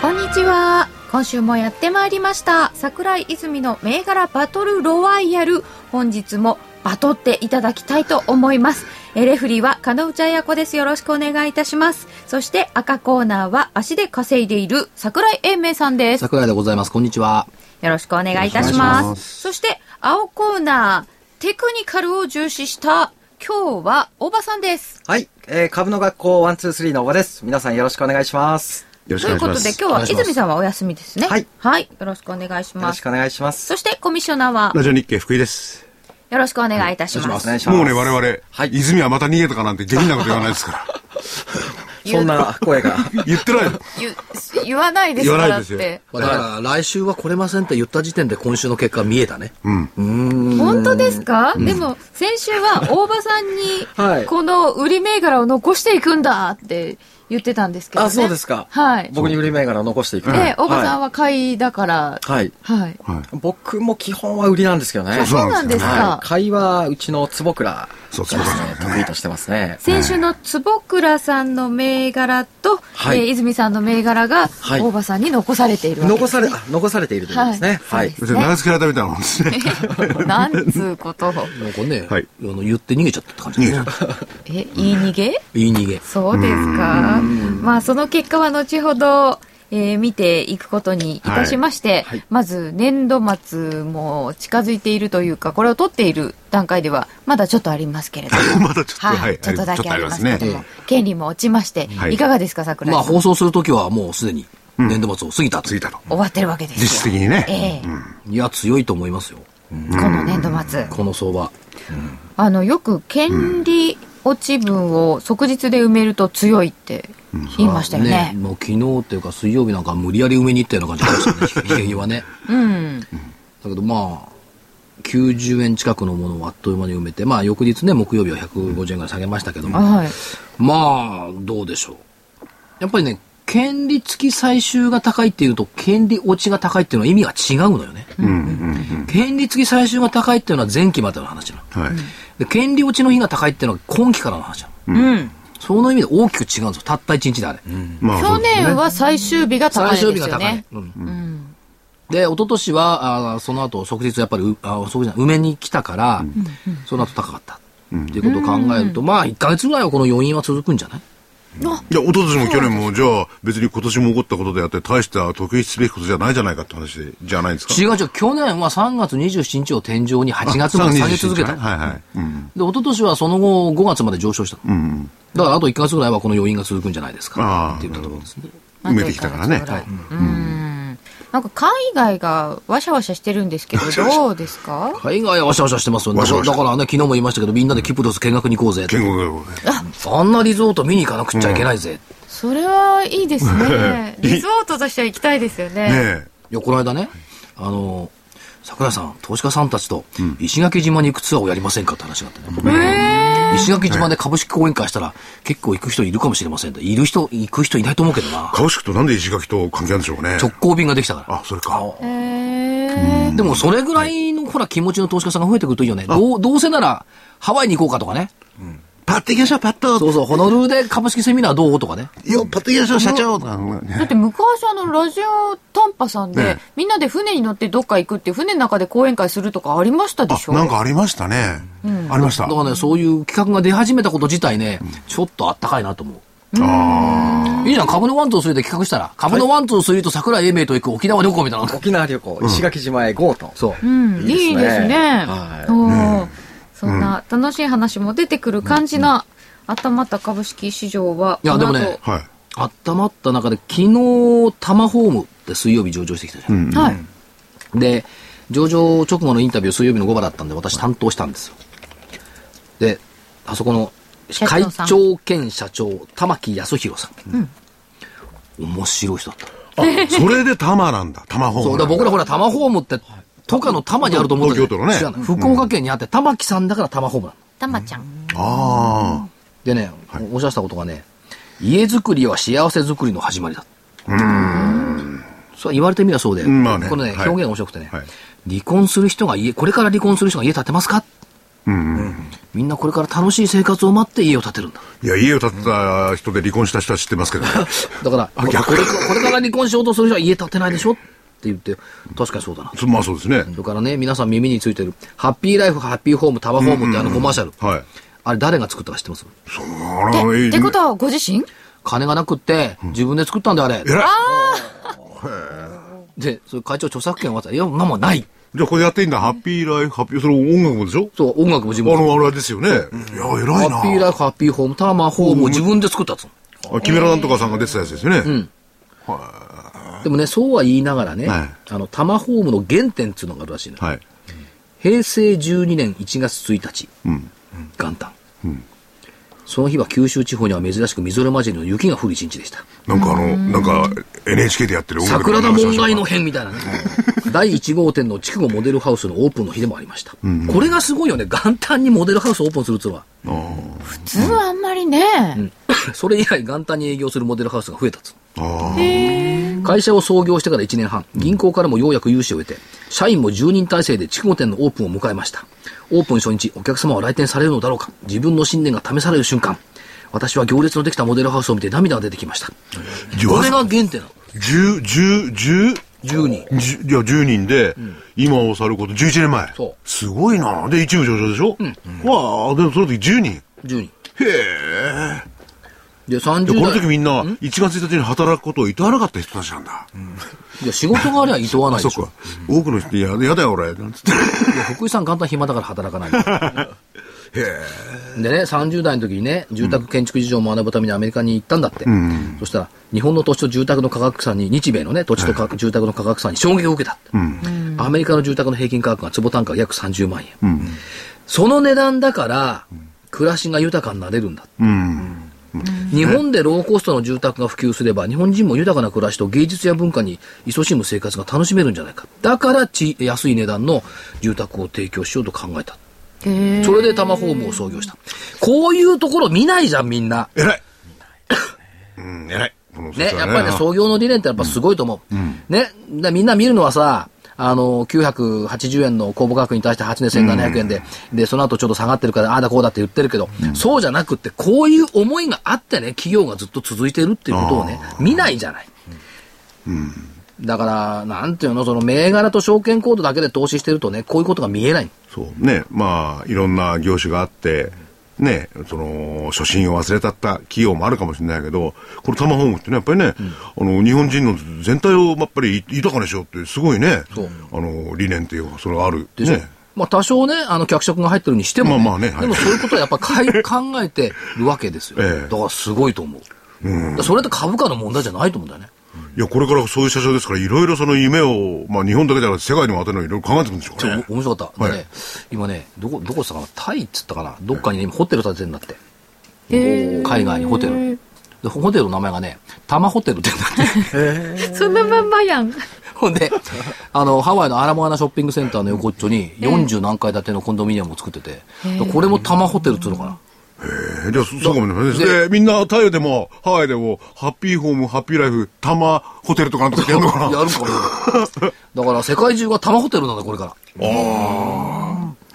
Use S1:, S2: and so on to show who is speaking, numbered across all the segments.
S1: こんにちは今週もやってまいりました桜井泉の銘柄バトルロワイヤル本日もバトっていただきたいと思いますえレフリーは金内彩子ですよろしくお願いいたしますそして赤コーナーは足で稼いでいる桜井英明さんです
S2: 桜井でございます。こんにちは。
S1: よろしくお願いいた
S2: よろしくお願い
S1: しま。
S2: します
S1: そして、青コーナー、テクニカルを重視した、今日は、おばさんです。
S3: はい、えー、株の学校ワンツースリーのおばです。皆さんよろしくお願いします。
S2: よろ
S1: ということで、今日は、泉さんはお休みですね。
S3: はい。
S1: よろしくお願いし
S3: よろ
S1: ま
S3: し
S1: す
S3: く。お願いします。
S1: そして、コミッショナーは、
S4: ラジオ日経福井です。
S1: よろしくお願いいたし
S3: お
S1: ます。
S3: 願いします。
S4: もうね、我々、
S3: はい
S4: 泉はまた逃げたかなんて下品なこと言わないですから。
S3: そんな 声が。、
S4: 言ってないの。
S1: 言言わないです
S4: 言
S1: から
S4: わな
S1: っ
S4: いですよ
S1: て。
S2: まあだから、来週は来れませんって言った時点で今週の結果見えたね。
S1: 本当ですかでも、先週は、大場さんに
S3: はい
S1: この売り銘柄を残していくんだって言ってたんですけど、ね。
S3: あ、そうですか。
S1: はい。
S3: 僕に売り銘柄を残していく。
S1: で、大場さん
S3: は
S1: は買いだから、
S3: い。はい。
S1: はい。
S3: 僕も基本は売りなんですけどね。
S4: そう
S1: そうなんです
S3: は
S1: か
S3: い。。買いはうちの坪倉。
S4: そう
S3: ですね。得意としてますね。
S1: 先週の坪倉さんの銘柄と、
S3: はい
S1: えー泉さんの銘柄が、
S3: い
S1: 大場さんに残されているわけで
S3: 残
S1: す
S3: され、あ残されているということですね。
S1: は
S3: はいい。
S1: そう
S4: 別に投げつけられたみたいなもんですね。
S1: なんつうことを。
S2: なんかね、
S4: はい
S2: あの言って逃げちゃったって感じ、ね。
S1: え、言い逃げ
S2: 言い逃げ。
S1: そうですか。まあ、その結果は後ほど、えー見ていくことにいたしまして、まず年度末も近づいているというか、これを取っている段階では、まだちょっとありますけれども。
S4: まだちょっと、
S1: は、
S4: はいい。
S1: ちょっとだけありますけれども、
S4: ね。
S1: 権利も落ちまして、
S4: はい
S1: い、かがですか、桜井
S2: ま
S1: さ
S2: あ
S1: ん。
S2: 放送するときはもうすでに年度末を過ぎたと
S4: ついたと。
S1: 終わってるわけですよ。
S4: 実質的にね。
S1: ええ
S2: いや、強いと思いますよ。
S1: この年度末、
S2: この相場。
S1: あのよく権利落ち分を即日で埋めると強いって言いましたよね。
S2: もう昨日っていうか水曜日なんか無理やり埋めに行ったような感じでしたね、引き 上げはね。
S1: うん、
S2: だけどまあ、90円近くのものをあっという間に埋めて、まあ翌日ね、木曜日は150円ぐらい下げましたけども、
S1: はい。
S2: まあ、どうでしょう。やっぱりね、権利付き最終が高いっていうのと、権利落ちが高いっていうのは意味が違うのよね。権利付き最終が高いっていうのは前期までの話なの。
S4: はい。
S2: で、権利落ちの日が高いっていうのは今期からの話なの。
S1: うん。
S2: その意味で大きく違うんですよ。たった1日であれ。
S4: まあ、
S1: 去
S4: そうですね
S1: 年は最終日が高
S2: 最
S1: いですよ
S2: 終日が
S1: ね。
S2: 高い。うんで、一昨年は、あーその後、即日やっぱりう、あー即日じゃない、梅に来たから、その後高かった。っていうことを考えると、まあ、1ヶ月ぐらいはこの余韻は続くんじゃない
S4: いや、一昨年も去年も、じゃあ、別に今年も起こったことであって、大した特筆すべきことじゃないじゃないかって話で、じゃないですか。
S2: 違う違う、去年は3月27日を天井に8月まで下げ続けた。
S4: 327はいはい。うん。
S2: で、一昨年はその後5月まで上昇した。
S4: うん。
S2: だからあと1ヶ月ぐらいはこの余韻が続くんじゃないです
S4: あ
S2: か
S4: あ。
S2: って言ったところですね。
S4: 埋めてきたからね。
S1: はいうん。なんか海外がわしゃわしゃしてるんですけど、どうですか
S2: 海外はわしゃわしゃしてますよね。だ
S4: わし
S2: か
S4: ゃ
S2: ら
S4: わしゃ
S2: だからね、昨日も言いましたけど、みんなでキプロス見学に行こうぜって。
S4: 健康がこ
S2: あんなリゾート見に行かなくっちゃいけないぜ。
S1: それはいいですね。リゾートとしては行きたいですよ
S4: れ。
S1: ね。
S4: ね
S2: いや、この間ね、あの、桜井さん、投資家さんたちと、石垣島に行くツアーをやりませんかって話があってね。石垣島で株式講演会したら、結構行く人いるかもしれませんって。いる人、行く人いないと思うけどな
S4: え。。株式となんで石垣と関係あるんでしょうね。
S2: 直行便ができたから。
S4: あ、それか。
S1: へえ。
S2: でもそれぐらいの、ほら気持ちの投資家さんが増えてくるといいよね。どうどうせならハワイに行こうかとかね。
S4: パッと行きましょう、パッと。
S2: そうそう、ホノルルで株式セミナーどうとかね。
S4: よ、パッと行きましょう、社長とか。
S1: だって昔あのラジオ短波さんで、
S4: ね
S1: みんなで船に乗ってどっか行くっていう船の中で講演会するとかありましたで
S4: あ
S1: し、ょ
S4: なんかありましたね。ありました
S2: だ。からね、そういう企画が出始めたこと自体ね、ちょっとあったかいなと思う。いいじゃん、株のワンツースリーで企画したら、株のワンツースリーと桜井英明と行く沖縄旅行みたいなの。
S3: 沖縄旅行、石垣島へ GO と。
S2: そう。
S1: うん、い
S3: い
S1: い
S3: い
S1: で
S3: ですすね
S1: ね。
S3: はい
S1: おーそんな楽しい話も出てくる感じな、頭った株式市場は、
S2: いや
S1: この後
S2: でもね
S4: はい。
S2: 温まった中で、昨日、タマホームって水曜日上場してきたじゃん。
S1: はい。
S2: で、上場直後のインタビュー、水曜日の午後だったんで、私担当したんですよ。で、あそこの
S1: 社長
S2: 会
S1: さん
S2: 長兼社長、玉木康弘さん。面白い人だった。
S4: あ、それで玉なんだ。玉ホーム
S2: そう
S4: なん
S2: だ、
S4: だ。
S2: 僕らほら、タマホームって、都下の多摩にあると思う
S4: 東京都のね
S2: 違うの福岡県にあって、玉木さんだから玉ホームなの。
S1: たまちゃん。
S4: あ
S2: でね、おっしゃしたことがね、家づくりは幸せづくりの始まりだ。うん。そう言われてみればそうで、
S4: うんまあね
S2: このね、
S4: はい
S2: 表現が面白くてね、
S4: はい
S2: 離婚する人が家、これから離婚する人が家建てますか
S4: あ。うんうん。
S2: みんなこれから楽しい生活を待って家を建てるんだ。
S4: いや、家を建てた人で離婚した人は知ってますけどね。
S2: だから、こ
S4: あ
S2: れ
S4: 逆
S2: これこれから離婚しようとする人は家建てないでしょって言って、確かにそうだな。
S4: そ まあそうですね。
S2: それからね、皆さん耳についてる、ハッピーライフ、ハッピーホーム、タワーホームってあのコマーシャル。
S4: はい。
S2: あれ誰が作ったか知ってます
S4: そう
S1: え
S4: なの
S1: ってことはご自身
S2: 金がなくって、自分で作ったんだよ、あれ。
S4: えらい。
S2: で、それ会長著作権はさ、いや、なんもない。
S4: じゃあこれやっていいんだ。ハッピーライフ、ハッピー、それ音楽もでしょ
S2: そう、音楽も自
S4: あ
S2: 分で。
S4: の、あれですよね。いや、偉
S2: ハ
S4: いな。
S2: ッピーライフ、ハッピーホーム、タワーホームを自分で作ったっつう
S4: あ木村なんとかさんが出てたやつですよね。
S2: のでもね、そうは言いながらね、
S4: はい
S2: あの、タワーホームの原点っつうのがあるらしいのよ、
S4: はい。
S2: 平成12年1月1日、元旦。その日は九州地方には珍しくみぞれ混じりの雪が降る一日でした。
S4: なんかあの、なんか NHK でやってる音楽
S2: 桜田
S4: 流しま
S2: 門
S4: しょうか
S2: 外の変みたいなね。第1号店の筑後モデルハウスのオープンの日でもありました。これがすごいよね。元旦にモデルハウスオープンするっつうのは。
S1: 普通はあんまりね。
S2: それ以来元旦に営業するモデルハウスが増えたっつう
S4: あ
S2: 会社を創業してから1年半、銀行からもようやく融資を得て、社員も10人体制で筑後店のオープンを迎えました。オープン初日、お客様は来店されるのだろうか自分の信念が試される瞬間。私は行列のできたモデルハウスを見て涙が出てきました。
S4: あ。
S2: これが原点なの。
S4: 十、十、十、
S2: 10人。
S4: じゅいや、10人で、今を去ること11年前。
S2: そう
S4: すごいな。で、一部上場でしょうん。わあ、でもその時10人。へ
S2: 10人。
S4: え。
S2: で、
S4: で、
S2: 30
S4: この
S2: 代
S4: 時。みんな、1月1日に働くことをいたわなかった人たちなんだ。
S2: いや、仕事がありゃいとわない
S4: そ
S2: で
S4: っ
S2: しょ
S4: か。。多くの人、いや、やだよ俺。なんつって。
S2: いや福井さん簡単暇だから働かない。でね、30代の時にね、住宅建築事情を学ぶためにアメリカに行ったんだって。そしたら、日本の土地と住宅の価格差に、日米のね、土地とか住宅の価格差に衝撃を受けたって、アメリカの住宅の平均価格が坪単価が約30万円。その値段だから、暮らしが豊かになれるんだ。
S4: うん。
S2: 日本でローコストの住宅が普及すれば、日本人も豊かな暮らしと芸術や文化に勤しむ生活が楽しめるんじゃないか。だからち、安い値段の住宅を提供しようと考えた。それでタマホームを創業した。こういうところ見ないじゃん、みんな。
S4: 偉い。うん、偉い。この
S2: ね、
S4: 人たち
S2: や
S4: は
S2: っぱりね、創業の理念ってやっぱすごいと思う。ね、だみんな見るのはさ、あの、980円の公募価格に対して8年1700円で、で、その後ちょっと下がってるから、ああだこうだって言ってるけど、そうじゃなくって、こういう思いがあってね、企業がずっと続いてるっていうことをね、見ないじゃない。だから、なんていうの、その銘柄と証券コードだけで投資してるとね、こういうことが見えない。
S4: そうねまあいろんな業種があってねその初心を忘れたった企業もあるかもしれないけどこのタマホームってねやっぱりね、あの日本人の全体をまあやっぱり豊かにしようってすごいねあの理念っていうかそれがある
S2: でしょ、
S4: ね
S2: まあ多少ね、あの、脚色が入ってるにしても、
S4: まあまあねはい
S2: でもそういうことはやっぱかい考えてるわけですよ。
S4: え
S2: だ
S4: え
S2: からすごいと思う。だからそれって株価の問題じゃないと思うんだよね。
S4: いやこれからそういう社長ですからいろいろその夢を、まあ、日本だけじゃなくて世界にも当てるのいろいろ考えてくるんでしょう
S2: ちょ
S4: かね
S2: 面白かった。でね
S4: はい
S2: 今ね、どこ、どこっつったかなタイっつったかなどっかにね、今ホテル建ててんだって。海外にホテル。で、ホテルの名前がね、タマホテルってなって。
S1: そのまんまやん。
S2: ほんで、あの、ハワイのアラモアナショッピングセンターの横っちょに40何階建てのコンドミニアムを作ってて、これもタマホテルっつうのかな。
S4: えーじゃあそそうかもねでみんな太陽でもハワイでもハッピーホームハッピーライフタマホテルとかなんとかやるのかな
S2: や るかよ。だから世界中がタマホテルなんだ、これから。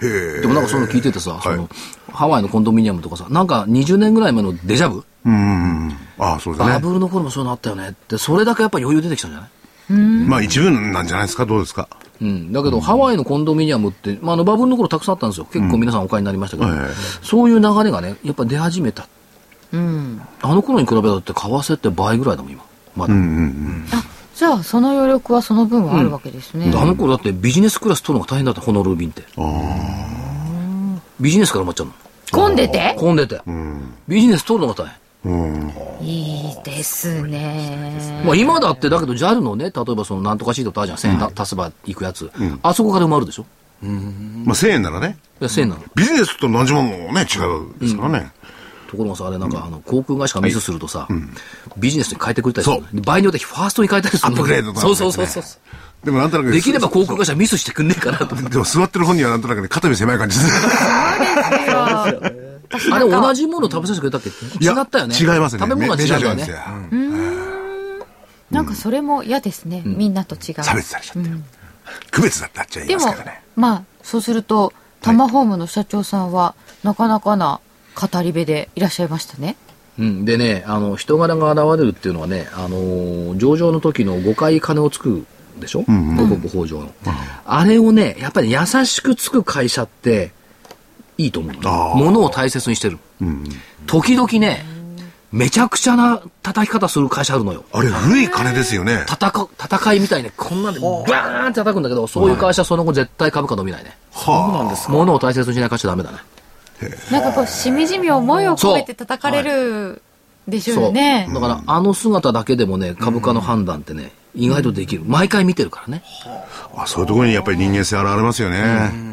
S4: へえ
S2: でもなんかそういうの聞いててさ、そ
S4: は
S2: のハワイのコンドミニアムとかさ、なんか20年ぐらい前のデジャブ、
S4: うんうんああそうですね
S2: バブルの頃もそういうのあったよねって、それだけやっぱ余裕出てきたんじゃない
S4: まあ一部なんじゃないですかどうですか
S2: うん、だけど、ハワイのコンドミニアムって、まあ、あのバブルの頃たくさんあったんですよ、結構皆さんお買いになりましたけど、
S4: うんはいはい
S2: そういう流れがね、やっぱ出始めた、あの頃に比べたって、為替って倍ぐらいだもん、今、まだ、
S1: じゃあ、その余力はその分はあるわけですね。
S2: あの頃だってビジネスクラス取るのが大変だった、ホノルル便って、ビジネスから埋まっちゃうの、
S1: 混んでて
S2: 混んでて、ビジネス取るのが大変。
S1: いいですね。
S2: まあ今だってだけど JAL のね、例えばそのなんとかシートってあるじゃん、千た足せば行くやつ、あそこから埋まるでしょ
S4: まあ1000円ならね
S2: いや、千なの。
S4: ビジネスと何十万もね違うですからね、
S2: ところがさ、あれなんか、あの、航空会社がミスするとさ、ビジネスに変えてくれたりするのね。で場合によってファーストに変えたりするのね
S4: アップグレードな
S2: そ
S4: ん
S2: う
S4: です
S2: そ
S4: ね
S2: うそうそう。
S4: でもなんとなく
S2: できれば航空会社ミスしてくんねえかなと。
S4: でも座ってる本人はなんとなくね、肩身狭い感じですね。
S2: あれ同じもの食べさせてくれたっけ
S4: いや
S2: 違ったよね。
S4: 違いますね。
S2: 食べ物が違
S4: め
S2: うよ
S4: めち
S2: ね
S4: ゃ。違うんですよ
S1: なんかそれも嫌ですね、みんなと違う
S4: 差別されちゃってる。区別だってあっちゃい
S1: で
S4: ま
S1: も
S4: すけどね。
S1: まあそうするとタマホームの社長さんは、なかなかな語り部でいらっしゃいましたね
S2: うん、でね、あの、人柄が現れるっていうのはね、あのー上場の時の5回金をつくでしょ五穀豊穣の。あれをね、やっぱり優しくつく会社って、いいと思うの。
S4: あー
S2: 物を大切にしてる。
S4: うん
S2: 時々ね、めちゃくちゃな叩き方する会社あるのよ。
S4: あれ、古い金ですよね。
S2: 戦う、戦いみたいにねこんなんでバーンって叩くんだけど、そういう会社はその後絶対株価伸びないね。
S4: そうなんです。
S2: 物を大切にしない会社ダメだね。
S1: なんかこうしみじみ思いを込めて叩かれるでしょうよね
S2: そうだから、あの姿だけでもね、株価の判断ってね、意外とできる。毎回見てるからね。
S4: あそういうところにやっぱり人間性現れますよね。うん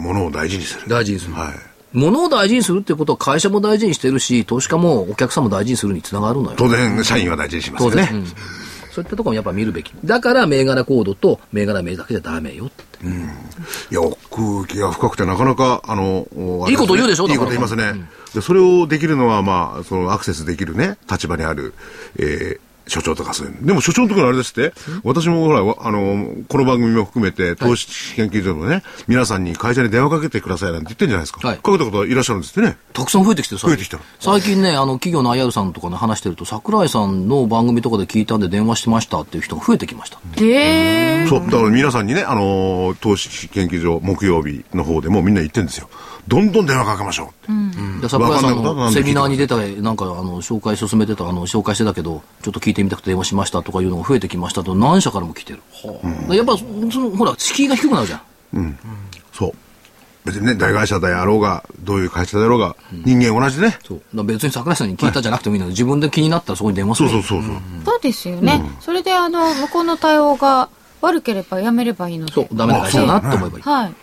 S4: 物を大事にする。
S2: 大事にする。
S4: はい。
S2: 物を大事にするってことは会社も大事にしてるし、投資家もお客さんも大事にするにつながるのよ。
S4: 当然、社員は大事にしますよね
S2: う。んそういったところもやっぱ見るべき。だから、銘柄コードと銘柄名だけじゃダメよって。
S4: いや、奥行きが深くて、なかなか、あの、お
S2: いいこと言うでしょ
S4: いいこと
S2: な
S4: 言い
S2: かな
S4: ます
S2: か
S4: ね。でそれをできるのは、まあ、その、アクセスできるね、立場にある、えー所長とかそういうのでも所長のところあれですって、私もほら、わあの、この番組も含めて、投資研究所のね、皆さんに会社に電話かけてくださいなんて言ってんじゃないですか。
S2: はい
S4: かけたこといらっしゃるんですってね。
S2: たくさん増えてきてる、
S4: 増えてきてる
S2: 最近ね、あの、企業の IR さんとかね、話してると、桜井さんの番組とかで聞いたんで電話してましたっていう人が増えてきました。
S1: へえ
S4: そう、だから皆さんにね、あのー投資研究所、木曜日の方でもみんな言ってんですよ。どんどん電話かけましょうって。
S2: で桜井さん
S4: わかんないことは
S2: の
S4: 何で
S2: セ
S4: 聞いて
S2: ミ
S4: も
S2: ナーに出た、なんか、あの、紹介進めてた、あの、紹介してたけど、ちょっと聞いてみたくて電話しましたとかいうのが増えてきましたと、何社からも来てる。やっぱ、その、ほら、敷居が低くなるじゃん。
S4: そう。別にね、大会社であろうが、どういう会社であろうが、人間同じね。
S2: そう。だから別に桜井さんに聞いたじゃなくてもいいので、自分で気になったらそこに電話す
S4: そ
S2: る。
S4: うそうそうそう。
S1: そうですよね、それであの向こうの対応が悪ければやめればいいので
S2: そうダメな会社だなって思えばいい。
S1: はい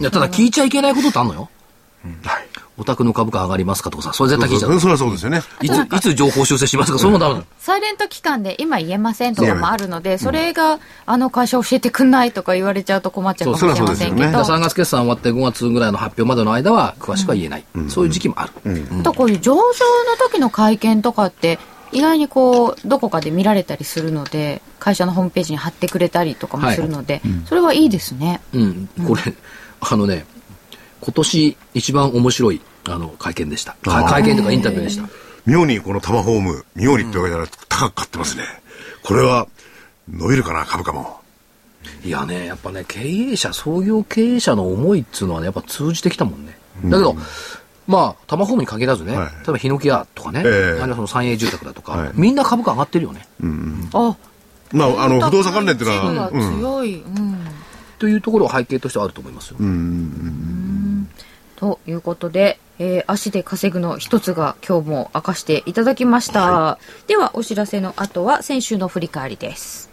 S2: いやただ聞いちゃいけないことってあんのよ。
S4: はい。
S2: お宅の株価上がりますかとかさ、それ絶対聞いちゃ
S4: そうう。それはそうですよね。
S2: いつ、いつ情報修正しますか、それもダメなの。
S1: サイレント期間で今言えませんとかもあるので、それがあの会社教えてくんないとか言われちゃうと困っちゃうかもしれませんけ
S4: そ
S2: だ
S4: う
S2: から
S1: ど、
S2: 3月決算終わって5月ぐらいの発表までの間は詳しくは言えない。そういう時期もある。
S1: あとこういう上場の時の会見とかって、意外にこうどこかで見られたりするので、会社のホームページに貼ってくれたりとかもするので、それはいいですね。
S2: うん、これ、あのね、今年一番面白い、あの、会見でした。か会見というかインタビューでした。
S4: 妙にこのタマホーム、妙にってわけじゃなくて、高く買ってますね。これは、伸びるかな、株価も。
S2: いやね、やっぱね、経営者、創業経営者の思いっつうのはね、やっぱ通じてきたもんね。だけど、まあ、タマホームに限らずね、
S4: はい
S2: 例えばヒノキ屋とかね、
S4: ええ
S2: あるいはその三栄住宅だとか、
S4: はい
S2: みんな株価上がってるよね。
S1: あ、
S4: まあ、あの、不動産関連っていうの
S1: 一部が
S4: は、うん。
S1: 強い、うん
S2: というところは背景としてはあると思いますよ。
S1: ということで、えー足で稼ぐの一つが今日も明かしていただきました、ではお知らせの後は先週の振り返りです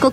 S5: こ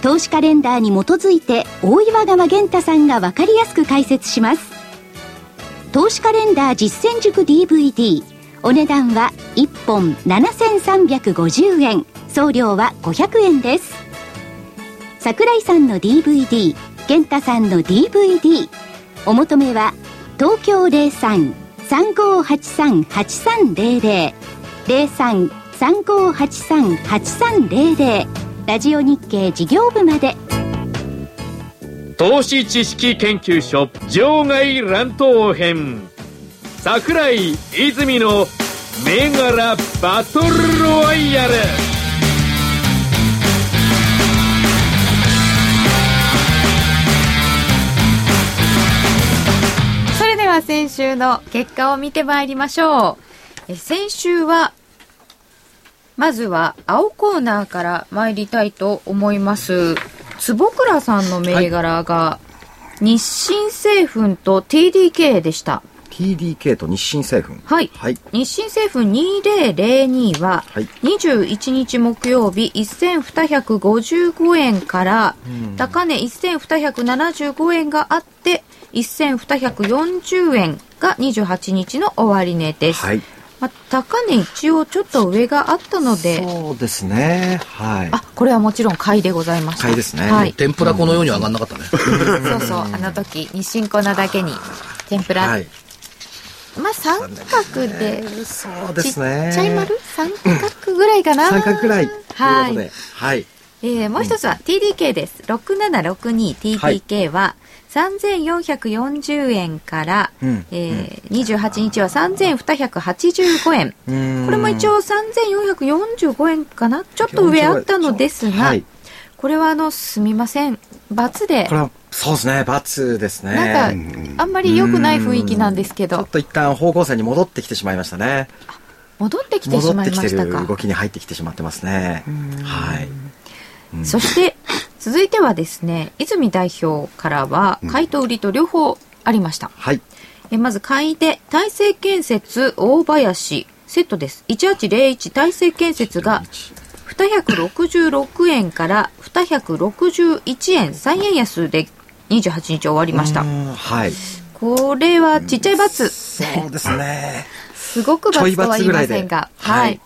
S5: 投資カレンダーに基づいて大岩川源太さんが分かりやすく解説します投資カレンダー実践塾 DVD お値段は1本7350円送料は500円です桜井さんの DVD 健太さんの DVD お求めは東京03-3583-8300 03-3583-8300ラジオ日経事業部まで
S6: 投資知識研究所場外乱闘編桜井泉の銘柄バトルロワイヤル
S1: それでは先週の結果を見てまいりましょう。え先週は、まずは青コーナーから参りたいと思います。坪倉さんの銘柄が、日清製粉と TDK でした。
S3: TDK と日清製粉。
S1: はい。
S3: はい。
S1: 日清製粉2002は、
S3: はい
S1: 21日木曜日1255円から、高値1275円があって、1240円が28日の終値です。
S3: はい。
S1: まあ高値一応ちょっと上があったので、
S3: そうですね。はい。
S1: あ、これはもちろん買いでございました。
S3: 買いですね
S1: はい。
S2: 天ぷら粉のようには上がんなかったね。
S1: そうそう、あの時、日清粉なだけに、天ぷら。
S3: はい。
S1: まあ三角で、
S3: そうで
S1: ちっ
S3: す
S1: ち
S3: ね。
S1: ゃい丸三角ぐらいかな。
S3: 三角くらい。という
S1: はい
S3: ことで。はい。
S1: えーもう一つは TDK です。6762TDK は3440円から、
S3: うん
S1: えー28日は3285円。
S3: うん
S1: これも一応3445円かなちょっと上あったのですが、
S3: はい
S1: これはあの、すみません。罰で
S3: これ、は、そうですね。×ですね。
S1: なんか、あんまり良くない雰囲気なんですけ
S3: ちょ
S1: ど
S3: っ、と一旦方向性に戻ってきてしまいましたね。
S1: 戻ってきてし
S3: 戻っ
S1: ま
S3: て
S1: い
S3: き
S1: ま
S3: て
S1: した
S3: る
S1: か。
S3: 動きに入ってきてしまってますね。はい。
S1: そして、続いてはですね、泉代表からは、買いと売りと両方ありました。
S3: はい。
S1: えまず買いで大成建設大林セットです1801大成建設が266円から261円3円安で28日終わりました
S3: うんはい。
S1: これはちっちゃい罰す
S3: そうですね。
S1: ごく罰とは言いま
S3: ちょ
S1: せ
S3: い罰
S1: ん
S3: ぐらい
S1: が
S3: で
S1: は
S3: はいい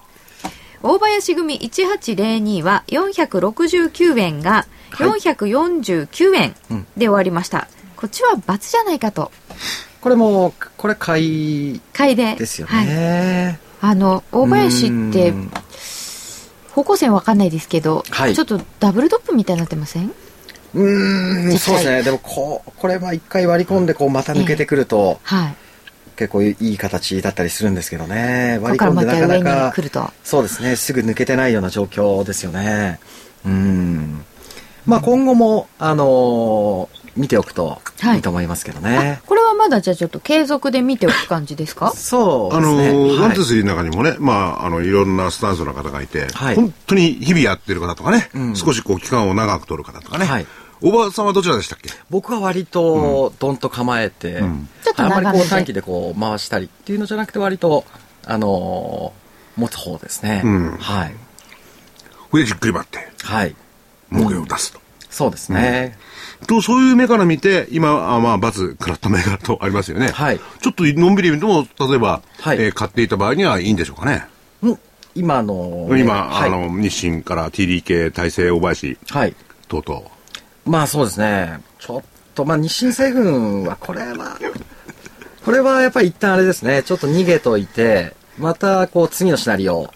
S1: 大林組1802は469円が449円で終わりました、こっちは罰じゃないかと
S3: これも、これ買い
S1: 買いで
S3: ですよ
S1: はい
S3: ね。
S1: あの大林って
S3: うん
S1: 方向線わかんないですけど、
S3: はい
S1: ちょっとダブルトップみたいになってません
S3: うーん、そうですね。でも、こう、これは一回割り込んで、こう、また抜けてくると、
S1: はい
S3: 結構いい形だったりするんですけど
S1: こ
S3: ね。
S1: こ
S3: 割り
S1: から
S3: 込ん
S1: もう
S3: で
S1: 一
S3: な
S1: 回
S3: か
S1: 上
S3: な
S1: に
S3: か
S1: 来、ると
S3: そうですね。すぐ抜けてないような状況ですよね。うん。まあ、今後も、あのー見ておくと
S1: はい
S3: いいと思いますけどね。
S1: これはまだじゃあちょっと継続で見ておく感じですか
S3: そう
S4: あ
S3: です
S4: の
S3: ね。はい
S4: ワンツースリーの中にもね、まあ、あの、いろんなスタンスの方がいて、
S3: はい
S4: 本当に日々やってる方とかね、
S3: うん
S4: 少しこう、期間を長く取る方とかね、
S3: はい
S4: おばあさんはどちらでしたっけ
S3: 僕は割とどんと構えて、
S4: ん
S1: ちょっと
S3: あんまり
S1: 長め
S3: こ
S1: で
S3: う短期でこう回したりっていうのじゃなくて割と、あのー持つ方ですね、
S4: うん
S3: はい
S4: これでじっくり待って、
S3: はい
S4: 儲けを出すと。
S3: そうですね、
S4: と、そういう目から見て、今、あまあ、罰、食らった目がとありますよね。
S3: はい
S4: ちょっとのんびり見ても、例えば、
S3: はい
S4: えー買っていた場合にはいいんでしょうかね。
S3: うん今の、
S4: 今、
S3: はい、
S4: あの、日清から TDK、大成、大林、
S3: はい
S4: 等々。
S3: まあそうですねちょっとまあ日清製粉はこれはこれはやっぱり一旦あれですねちょっと逃げといてまたこう次のシナリオ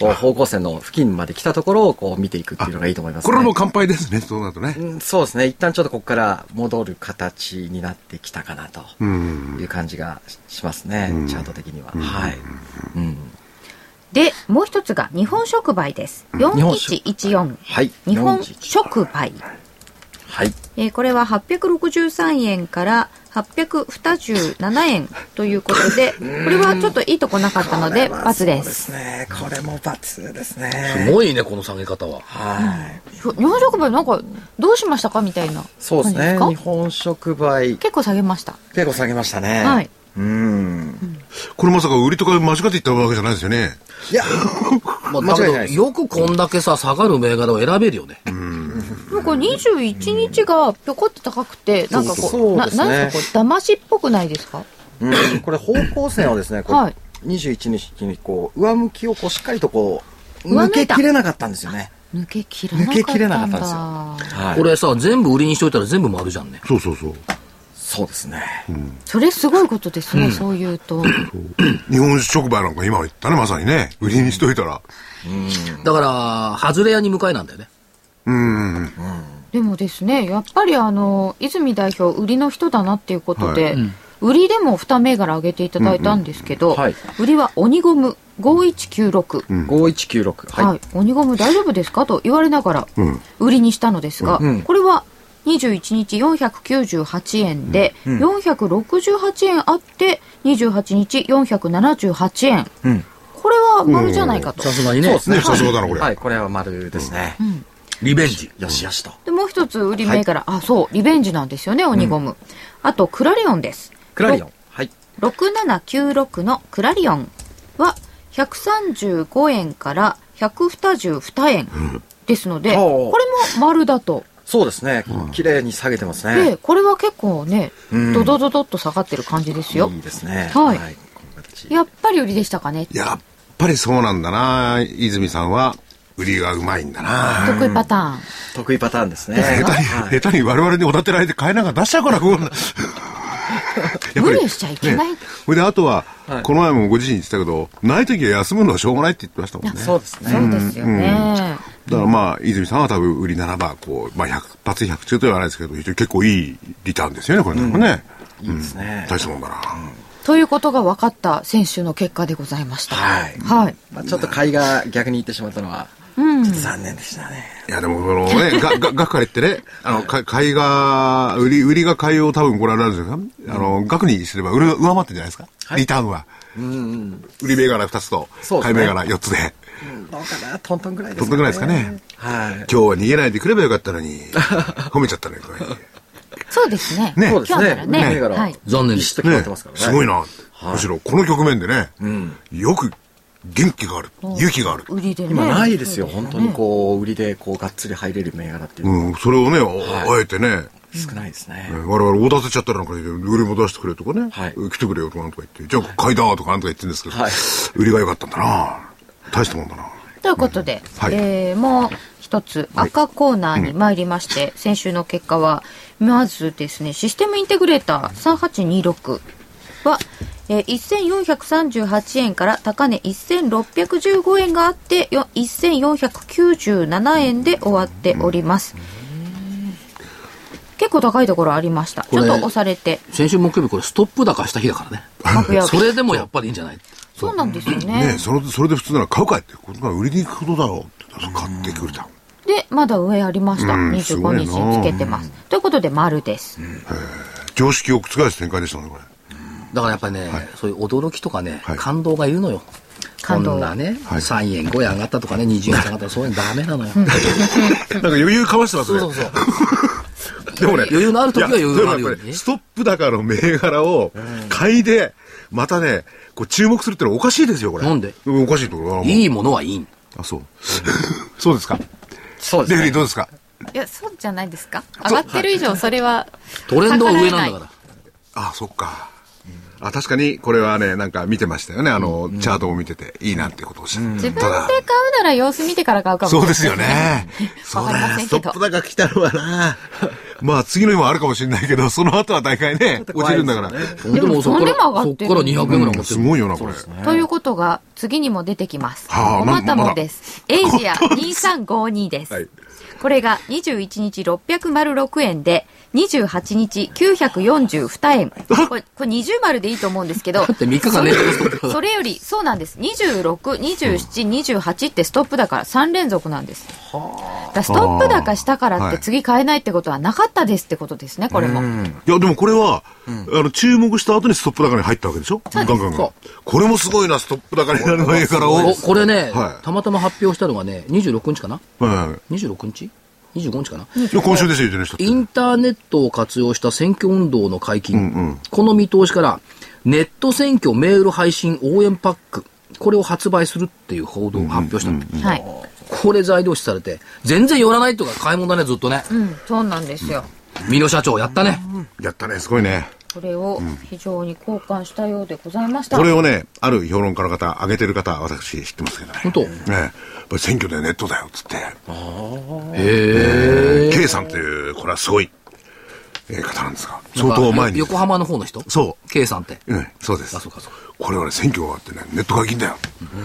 S3: こう方向線の付近まで来たところをこう見ていくっていうのがいいと思います、ね、
S4: これはもう乾杯ですね、そうなるとね。
S3: うんそうですね一旦ちょっとここから戻る形になってきたかなと
S4: うん
S3: いう感じがししますね、チャート的には、はい、うん、
S1: でもう一つが日本触媒です
S3: 本触
S1: 4114
S3: はい
S1: 日本
S3: 41
S1: 触媒、
S3: はい
S1: えーこれは863円から827円ということでこれはちょっといいとこなかったので罰で
S3: そうですすねこれも×ですね
S2: すごいね、この下げ方は。
S3: はい
S1: 日本触媒なんかどうしましたかみたいな
S3: そうですね
S1: 感
S3: 日
S1: じですか
S3: 本触媒
S1: 結構下げました
S3: 結構下げましたね
S1: はい
S3: うん
S4: これまさか売りとか間違っていったわけじゃないですよね。
S3: いや
S2: まあ、
S3: 間
S2: だ
S3: 違い
S2: け
S3: な
S2: ど、
S3: いです
S2: よくこんだけさ、下がる銘柄を選べるよね。
S1: なんか21日がぴょこって高くて、なんかこう、
S3: そう
S1: な
S3: ですね
S1: なんかこう、騙しっぽくないですか
S3: うんこれ方向線をですねこ
S1: はい
S3: れ21日にこう上向きをこうしっかりとこう
S1: 上
S3: 抜
S1: 抜い
S3: け
S1: た
S3: きれなかったんですよね
S1: 抜けきらなかったんだ
S3: 抜けきれなかったんですよはい、
S2: これさ、全部売りにしといたら全部丸じゃんね。
S4: そうそうそう。
S3: そうですね。
S1: それすごいことですね、そういうと
S4: 日本酒直売なんか今言ったね、まさにね。売りにしといたら。
S2: だから、外れ屋に向かいなんだよね。
S4: うんうん。
S1: でもですねやっぱりあの泉代表売りの人だなっていうことで、売りでも2銘柄上げていただいたんですけど、
S3: うんはい
S1: 売りは鬼ゴム5196、
S3: 5196。
S1: はい、鬼ゴム大丈夫ですかと言われながら
S4: うん
S1: 売りにしたのですが、
S3: うん
S1: これは21日498円で、468円あって28日478円、
S3: うん
S1: これは丸じゃないかと、
S2: さすがに
S4: そう
S2: ね
S4: で。すね、さすがだな、これ。
S3: はい、これは丸ですね。
S2: リベンジ。
S3: よしよしと。
S1: でもう一つ売り銘柄、あそうリベンジなんですよね鬼ゴム、あとクラリオンです
S3: クラリオン。はい。
S1: 6796のクラリオンは135円から122円ですので、
S3: おう
S1: これも丸だと。
S3: そうですね。綺麗に下げてます
S1: で、
S3: ね。
S1: これは結構ね、
S3: ん
S1: ドドドドっと下がってる感じですよ
S3: いい。ですね。
S1: はい
S3: この形
S1: やっぱり売りでしたかね。
S4: やっぱりそうなんだな、泉さんは。売りがうまいんだな。
S1: 得意パターン。
S3: 得意パターンですね。
S4: 下手に、 下手に我々におだてられて買えなんか出しちゃうから、こんな。やっぱ
S1: 無
S4: り
S1: 理しちゃいけない。
S4: ねそれで、あとは、
S3: はい
S4: この前もご自身言ってたけど、ない時は休むのはしょうがないって言ってましたもんね。
S3: そうですね。
S1: そうですよね。
S4: だからまあ、泉さんは多分売りならば、こう、まあ、100発100中とは言わないですけど、非常に結構いいリターンですよね、これね。ね
S3: いいですね。
S4: 大したもんだな。
S1: ということが分かった選手の結果でございました。
S3: はい
S1: はい。
S3: まあ、ちょっと買いが逆に行ってしまったのは、
S1: うん
S3: ちょっと残念でしたね。
S4: いや、でも、そのね、が、が、がかれってね、あの、か、買いが、売り、売りが買いを多分ご覧になるんですが、あの、額にすれば、売りが上回ってるんじゃないですか、リターンは。売り銘柄2つと
S3: そう、
S4: 買
S3: です
S4: い
S3: ね
S4: 銘柄4つで。
S3: どうかな、トントンぐらいです
S4: とんでもないですかね。
S3: はい。
S4: 今日は逃げないでくればよかったの に、褒めちゃったのに、これ。
S1: そうですね。
S4: ね
S3: そうです
S1: 今日な
S3: ね。
S1: らね
S3: 銘柄
S1: はい
S2: 残念
S3: ビ
S2: で
S3: シッ
S2: す
S3: と決まってますからね。
S4: すごい。な。むしろ、この局面でね、
S3: ん
S4: よく元気がある、勇気がある。
S1: 売りでね。
S3: 今ないですよ。本当に
S1: う。
S3: こう、売りでこう、がっつり入れる銘柄っていうのは
S4: うん、それをね、ああえてね、
S3: 少ないですね。
S4: 我々大出せちゃったらなんかで、売りも出してくれとかね、
S3: はい
S4: 来てくれよとかなんとか言って、じゃあ買いだとかなんとか言ってるんですけど、
S3: はい
S4: 売りが良かったんだな大したもんだな
S1: ということで、
S4: はい
S1: えーもう一つ赤コーナーに参りまして、先週の結果は、まずですね、システムインテグレーター3826は、えー1438円から高値1615円があって、よ1497円で終わっております。結構高いところありました。ち
S2: こ
S1: ょっ
S2: れ
S1: と押されて、
S2: 先週木曜日これストップ高した日だからね。
S1: 爆薬
S2: それでもやっぱりいいんじゃない
S1: そうなんですよね。
S4: ねえそれそれで普通なら買うかいってことが売りに行くことだろうって買ってくれた
S1: で、まだ上ありました。
S4: うんすご
S1: 25
S4: い
S1: 日に
S4: な
S1: つけてます。ということで、丸です。
S4: 常識を覆す展開でしたねこれ
S2: だからやっぱりね、そういう驚きとかね、
S4: はい
S2: 感動がいるのよ。
S1: 感動
S2: こんなね、
S4: はい
S2: 3円、5円上がったとかね、20円上がったとか、そういうのダメなのよ。
S4: なんか余裕かましてますね
S2: そうそうそう。
S4: でもね
S2: 余裕のある時はい
S4: や
S2: 余裕のあるようにね
S4: でもやっぱりストップ高の銘柄を買いでまたねこう注目するってのはおかしいですよこれ
S2: なんで
S4: うんおかしいところ
S2: い
S4: い
S2: いものはいいん。
S4: あそう そうですか
S3: そう
S4: レフェリーどうですか
S7: いや、そうじゃないですか。上がってる以上、それは。
S2: トレンドは上なんだから。
S4: あそっか。あ、確かに、これはね、なんか見てましたよね。あの、チャートを見てて、いいなってことをした。
S7: 自分で
S4: ただ
S7: 買うなら様子見てから買うかもしれ
S4: そう
S7: ない。
S4: ですよね。 そう
S7: わかり
S4: だ
S7: ま
S4: よ。
S7: せん
S4: ス
S7: け
S4: ト
S7: ど
S4: ップ高来たのはな。 まあ、次の日もあるかもしれないけど、その後は大会ね、落ちるんだから。
S2: でもそこから、
S1: でも
S2: そ
S1: 上が
S2: こ
S1: って
S2: か
S1: る
S2: ら200円ぐらい持って
S4: う
S2: る
S4: んすごいよな、これ。
S1: ということが次にも出てきます。
S4: はあ
S1: 小
S4: ま
S1: また
S4: ま
S1: も
S4: だ
S1: です。エイジア2352です。
S4: はい
S1: これが21日606円で、28日942円。これ、これ20丸でいいと思うんですけど、
S2: だって3日間連続ストップ高
S1: それより、そうなんです。26、27、28ってストップだから3連続なんです。だからストップ高したからって次買えないってことはなかったですってことですね、これも。
S4: いや、でもこれは、あの、注目した後にストップ高に入ったわけでしょガンガンガン。これもすごいな、ストップ高になる銘柄を。
S2: おこれね、
S4: はい
S2: たまたま発表したのがね、26日かな
S4: は。
S2: ?26 日 ?25 日かない
S4: で今週ですよ、言ってる人って
S2: インターネットを活用した選挙運動の解禁、
S4: うんうん
S2: この見通しから、ネット選挙メール配信応援パック、これを発売するっていう報道を発表したの、
S1: はい。
S2: これ材料視されて、全然寄らないとか買い物だね、ずっとね。
S1: うん、そうなんですよ。
S2: 美濃社長、やったね。
S4: やったね、すごいね。
S1: これを非常に好感したようでございました。
S4: これをね、ある評論家の方、上げてる方、私知ってますけどね。
S2: 本当
S4: ねえやっぱり選挙でネットだよ、つって。
S2: へ
S4: えー K さんという、これはすごい、えー方なんですが、相当前に。
S2: 横浜の方の人。
S4: そう
S2: K さんって。
S4: うん、そうです。
S2: あそうかそうか
S4: これはね、選挙があってね、ネットが金だよ。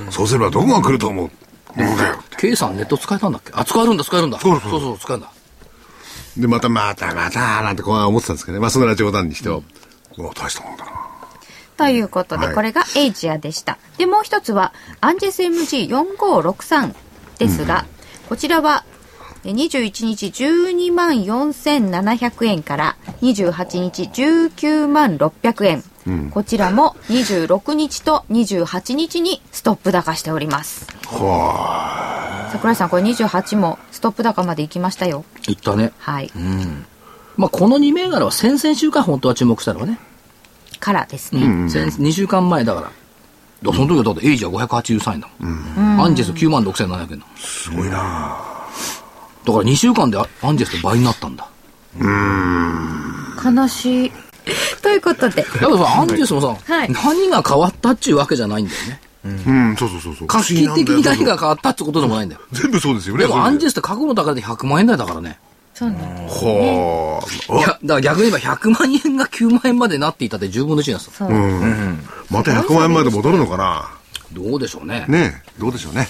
S4: そうすればどこが来ると思う。うんだよ。
S2: K さんネット使えたんだっけあ、使えるんだ、使えるんだ。
S4: そうそう
S2: そうそう、使えるんだ。
S4: で、またまたまた、なんてこう思ってたんですけどね。まあ、それは冗談にしても、うわ大したもんだな。
S1: ということで、
S4: はい
S1: これがエイジアでした。で、もう一つは、アンジェス MG4563 ですが、こちらは、え21日12万4700円から、28日19万600円。こちらも26日と28日にストップ高しております。桜井さん、これ28もストップ高まで行きましたよ。
S2: 言ったね。
S1: はい。
S2: まあ、この2銘柄は先々週から本当は注目したのはね。
S1: からですね。
S2: 先2週間前だから。だからその時はだってエイジは583円だもん。アンジェス9万6700円だもん。す
S4: ごい
S2: なだから2週間でアアンジェスって倍になったんだ。
S1: 悲しい。ということ
S2: だ
S1: で、
S2: からさ、アンジェスもさ、
S1: はい
S2: 何が変わったっちゅうわけじゃないんだよね。
S4: うん、そうそうそうそう。
S2: 画期的に何が
S4: そう
S2: 変わったってことでもないんだよ。
S4: そう全部そうですよね。
S2: でもアンジェ
S4: ェ
S2: スって過去の高値で100万円台だからね。
S1: そうなんです。
S4: はあ。
S2: いや、だから逆に言えば100万円が9万円までなっていたって10分の1なんですよ。
S1: そう。
S4: また100万円まで戻るのかな
S2: どうでしょうね。
S4: ねえ、どうでしょうね。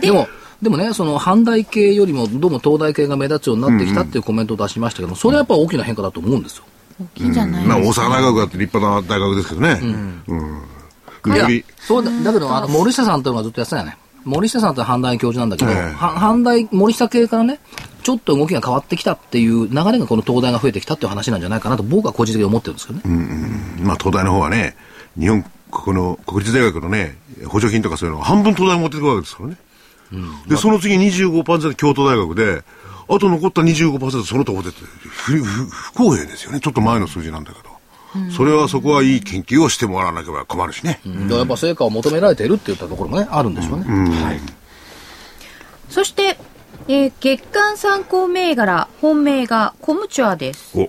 S2: でも、でもね、その、阪大系よりも、どうも東大系が目立つようになってきたっていうコメントを出しましたけど、それはやっぱ大きな変化だと思うんですよ。
S1: 大きいんじゃない
S4: まあ、大阪大学だって立派な大学ですけどね。うん。
S2: い
S4: よ
S2: や
S4: り、、
S2: そうだ、だけど、あの、森下さんというのがずっとやってたよね。森下さんって阪大教授なんだけど、
S4: ええ
S2: は阪大、森下系からね、ちょっと動きが変わってきたっていう流れがこの東大が増えてきたっていう話なんじゃないかなと僕は個人的に思ってるんですけどね。
S4: まあ、東大の方はね、日本、ここの国立大学のね、補助金とかそういうのを半分東大が持っていくわけですからね。で、その次25%京都大学で、あと残った25%その他大手って不不不公平ですよね。ちょっと前の数字なんだけど。それはそこはいい研究をしてもらわなければ困るしね。
S2: だからやっぱ成果を求められているって言ったところもね、あるんでしょうね。はい。
S1: そして、えー月間参考銘柄、本命がコムチュアです。
S4: お、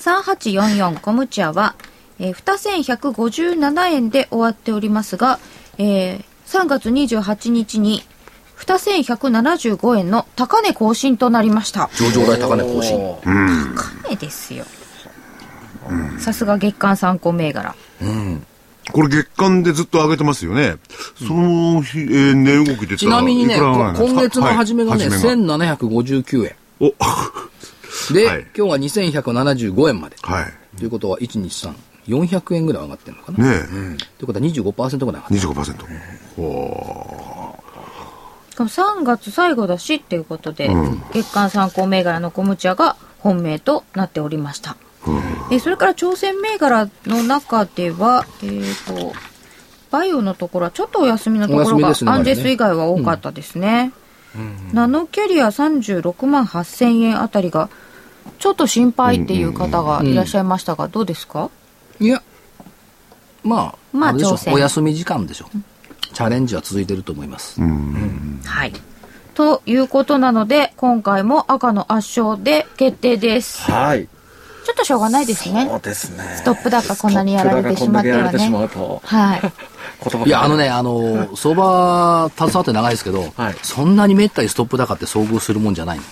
S1: 3844コムチュアは、えー2157円で終わっておりますが、えー3月28日に2175円の高値更新となりました。
S2: 上場代高値更新。
S1: 高値ですよ。さすが月間参考銘柄。
S4: これ月間でずっと上げてますよね。その日、えー値動きで
S2: ちなみにね、
S4: いくらぐら
S2: こ
S4: いなんです
S2: 今月
S4: か
S2: の初めがね、
S4: はい初
S2: 1759円。
S4: お、
S2: で、
S4: はい
S2: 今日が2175円まで。
S4: はい。
S2: ということは、1、2、3、400円ぐらい上がってるのかな。
S4: ね
S2: ということは25%ぐらい上がって
S4: え、
S2: る。
S4: 25%。
S1: しかも3月最後だしっていうことで、月間参考銘柄のコムチャが本命となっておりました、えそれから挑戦銘柄の中ではえっ、とバイオのところはちょっとお休みのところ
S2: お休み
S1: が、
S2: ですね
S1: アンジェス以外は多かったですね、ナノキャリア36万8000円あたりがちょっと心配っていう方がいらっしゃいましたが、どうですか
S2: いや、まあ、
S1: まあ
S2: れでしょ
S1: 挑戦
S2: お休み時間でしょ。チャレンジは続いてると思います。
S1: はいということなので今回も赤の圧勝で決定です
S3: はい。
S1: ちょっとしょうがないですね
S3: そうですね。
S1: ストップ高こんなにやられてしまってはね
S3: ストップ高こんだけやられてしまうと
S1: はい。
S3: 言葉が
S2: いや、あのね、あの、相場、携わって長いですけど、
S3: はい
S2: そんなにめったにストップ高って遭遇するもんじゃないの。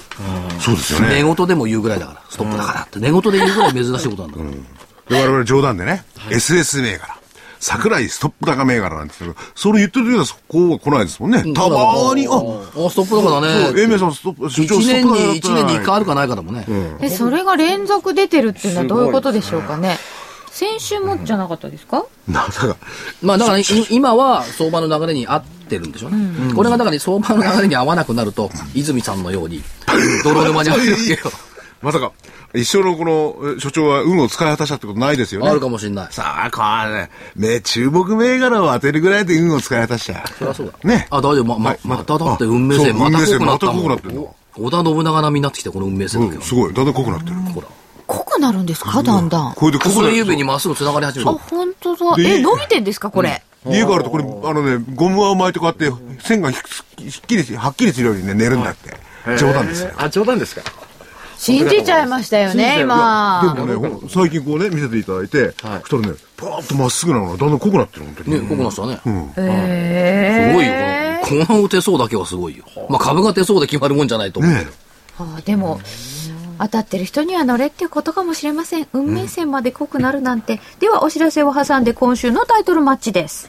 S4: そうですよ
S2: 寝
S4: ね。
S2: 言でも言うぐらいだから、ストップ高だって。寝言で言うぐらい珍しいことなんだから。
S4: で我々冗談でね、SS 銘柄。桜井ストップ高銘柄なんですけど、それ言ってる時はそこは来ないですもんね。たまーに、あ、そ
S2: あ、ストップ高だ
S4: う、
S2: ね。
S4: 英明さんストップ、所
S2: 一
S4: 長スト
S2: 年
S4: ップ高だ
S2: に、
S4: っ
S2: 一
S4: た
S2: 年に一回あるかないかだもんね。
S1: で、それが連続出てるっていうのはどういうことでしょうかね。先週もじゃなかったですか、
S4: なんだか、
S2: まあだから、い今は相場の流れに合ってるんでしょうね。これがだから相場の流れに合わなくなると、泉さんのように、泥沼に入るわけよ。
S4: まさか、一生のこの、え所長は運を使い果たしたってことないですよね。
S2: あるかもしれない。
S4: さあ、これ、ね、注目銘柄を当てるぐらいで運を使い果たしちゃう。そりゃ
S2: そうだ
S4: ね。
S2: あ、大丈夫。ま、ま
S4: はい、
S2: まただって運命線、
S4: あそう
S2: また濃くなったも
S4: 運命線また濃くなっ
S2: ん
S4: てんだ。
S2: 織田信長並みになってきた、この運命線だけ
S4: うん
S2: は。
S4: すごい。だんだん濃くなってる。
S2: ほら。
S1: 濃くなるんですかだんだん。あ、
S4: これで濃くな
S2: 薬
S4: る。
S2: 指にまっすぐ繋がり始める。
S1: 本当だ。
S4: で
S1: え、伸びてんですかこれ。
S4: 家があるとこれ、あのね、ゴムを巻いてこうやって、線がひっきりし、はっきりするようにね、寝るんだって。冗談ですよ。
S3: あ、冗談ですか
S1: 信じちゃいましたよ
S3: 信じちゃ
S1: ね、
S3: う
S1: 今。
S4: でもね、ほん最近こうね、見せていただいて、
S3: はい
S4: そしたらね、パーッとまっすぐなのがだんだん濃くなってる、本当に。
S2: ね、ここの人はね。
S1: えー
S2: すごいよ。このこの手相だけはすごいよ。まあ株が手相で決まるもんじゃないと思うけど。
S4: ね
S1: ああでも当たってる人には乗れっていうことかもしれません運命線まで濃くなるなんて、ではお知らせを挟んで今週のタイトルマッチです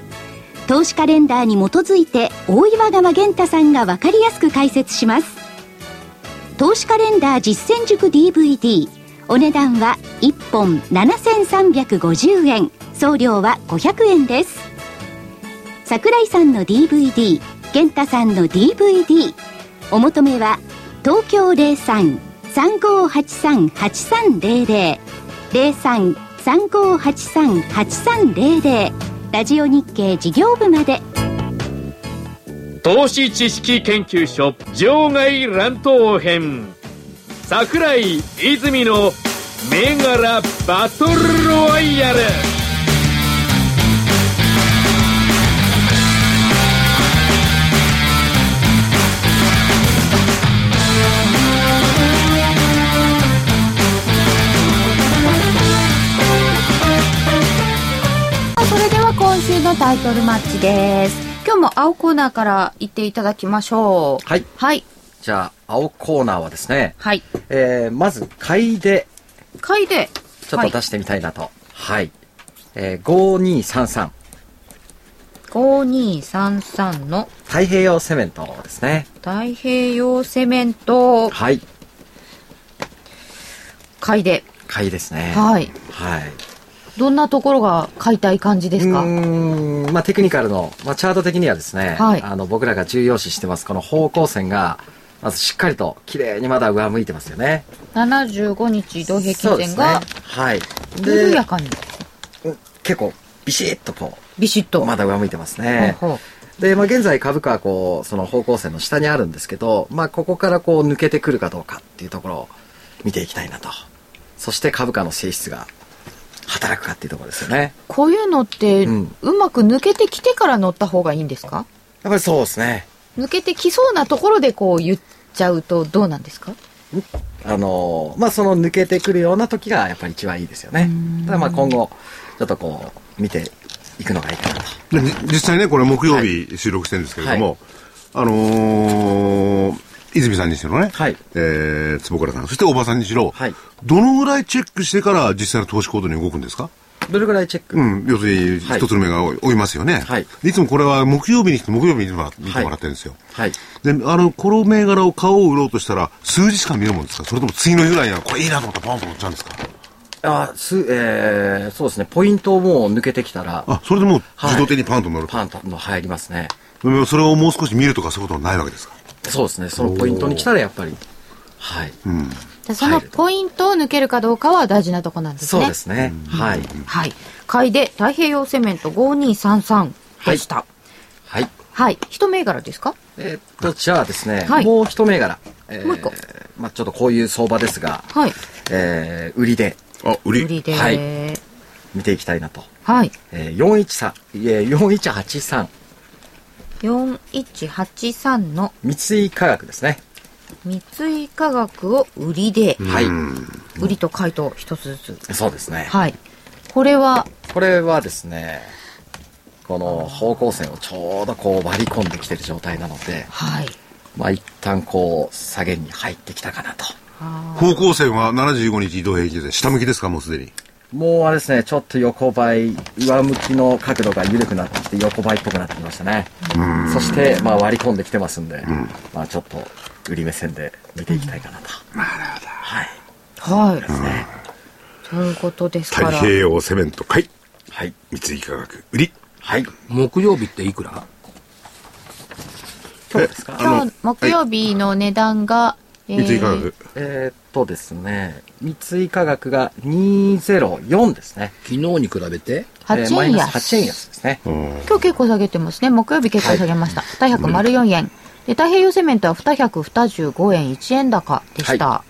S5: 投資カレンダーに基づいて大岩川源太さんが分かりやすく解説します投資カレンダー実践塾 DVD お値段は1本7350円送料は500円です桜井さんの DVD 健太さんの DVD お求めは東京03-3583-8300 03-3583-8300ラジオ日経事業部まで
S6: 投資知識研究所場外乱闘編桜井泉の銘柄バトルロワイヤル
S1: それでは今週のタイトルマッチです今日も青コーナーから行っていただきましょう
S3: はい
S1: はい
S3: じゃあ、青コーナーはですね、
S1: はい
S3: えー、まず、買いで、
S1: 買いで
S3: ちょっと出してみたいなと。はい。えー、5233、
S1: 5233の
S3: 太平洋セメントですね。
S1: 太平洋セメント
S3: はい。
S1: 買いで
S3: 買いですね。
S1: はい
S3: はい。
S1: どんなところが買いたい感じですか
S3: うーんまあ、テクニカルの、まあ、チャート的にはですね、
S1: はい
S3: あの僕らが重要視してますこの方向線がまずしっかりと綺麗にまだ上向いてますよね。
S1: 75日移動平
S3: そうで
S1: 均線
S3: すね
S1: が。
S3: はい。
S1: 緩や
S3: で、
S1: かに
S3: 結構ビシッとこ
S1: ビシッと
S3: う、まだ上向いてますね。
S1: ほうほう
S3: で、まあ、現在株価はこう、その方向線の下にあるんですけど、まあ、ここからこう抜けてくるかどうかっていうところを見ていきたいなと。そして株価の性質が働くかっていうところですよね。
S1: こういうのって、
S3: う
S1: うんまく抜けてきてから乗った方がいいんですか
S3: やっぱりそうですね。
S1: 抜けてきそうなところでこう言っちゃうとどうなんですか
S3: あのまあ、その抜けてくるような時がやっぱり一番いいですよね。ただまあ今後、ちょっとこう、見ていくのがいいかなと。
S4: でじ実際ね、これ木曜日収録してるんですけれども、あのー泉さんにしろね、
S3: はい
S4: えー、坪倉さん、そしておばさんにしろ、
S3: はい
S4: どのぐらいチェックしてから実際の投資行動に動くんですか
S3: どれぐらいチェック、
S4: うん、要するに
S3: はい
S4: 一つの目が追いますよね、
S3: はい
S4: でいつもこれは木曜日にして木曜日に見てもらってるんですよ、
S3: はい。
S4: で、あの、この銘柄を買おう売ろうとしたら、数字しか見るもんですかそれとも次の日ぐらいには、これいいなと思ったらポンと持っちゃうんですか
S3: あ、す、えー、そうですね。ポイントをもう抜けてきたら、
S4: あ、それでもう
S3: はい
S4: 自動的にパンと乗ると。
S3: パンとの入りますね。
S4: でもそれをもう少し見るとかそういうことはないわけですか
S3: そうですね。そのポイントに来たらやっぱり、はい。
S4: うん。
S1: でそのポイントを抜けるかどうかは大事なとこなんです
S3: そう
S1: ね
S3: ですね。はい。
S1: はい買いで太平洋セメント5233でした
S3: はい。
S1: はい、一銘柄ですか
S3: えーっと、じゃあですね、
S1: はい
S3: もう一銘柄。えー
S1: もう一個
S3: まあちょっとこういう相場ですが、
S1: はい
S3: えー、売りで
S4: あ、売
S1: 売りでは
S3: はい
S1: い、
S3: 見ていきたいなと。
S1: はい、
S3: えー、413、えー、4183。
S1: 4183の
S3: 三井化学ですね。
S1: 三井化学を売りで、
S3: はい。
S1: 売りと買いと一つずつ
S3: そうですね。
S1: はい。これは、
S3: これはですね、この方向線をちょうどこう割り込んできてる状態なので、
S1: はい。
S3: まあ一旦こう下げに入ってきたかなと。
S8: 方向線は75日移動平均で下向きですか、もうすでに。
S3: もうあれですね、ちょっと横ばい、上向きの角度が緩くなってきて、横ばいっぽくなってきましたね。そして、まあ割り込んできてますんで、まあちょっと売り目線で見ていきたいかなと。はい。
S1: はい。
S3: ですね。
S1: ということですか
S4: 太
S1: ら。
S4: 平洋セメント買い
S3: はい。
S4: 三井化学売り
S3: はい。
S2: 木曜日っていくら
S3: 今日ですか
S9: 今日木曜日の値段が、え
S4: 三井化学
S3: えーっとですね、三井化学が204ですね。
S2: 昨日に比べて
S3: え
S9: 8
S3: ーマイ
S9: 円
S3: ナ
S9: 安。
S3: ス8円安ですね。
S9: 今日結構下げてますね。木曜日結構下げました。2百丸4円。で、太平洋セメントは2百25円1円高でした。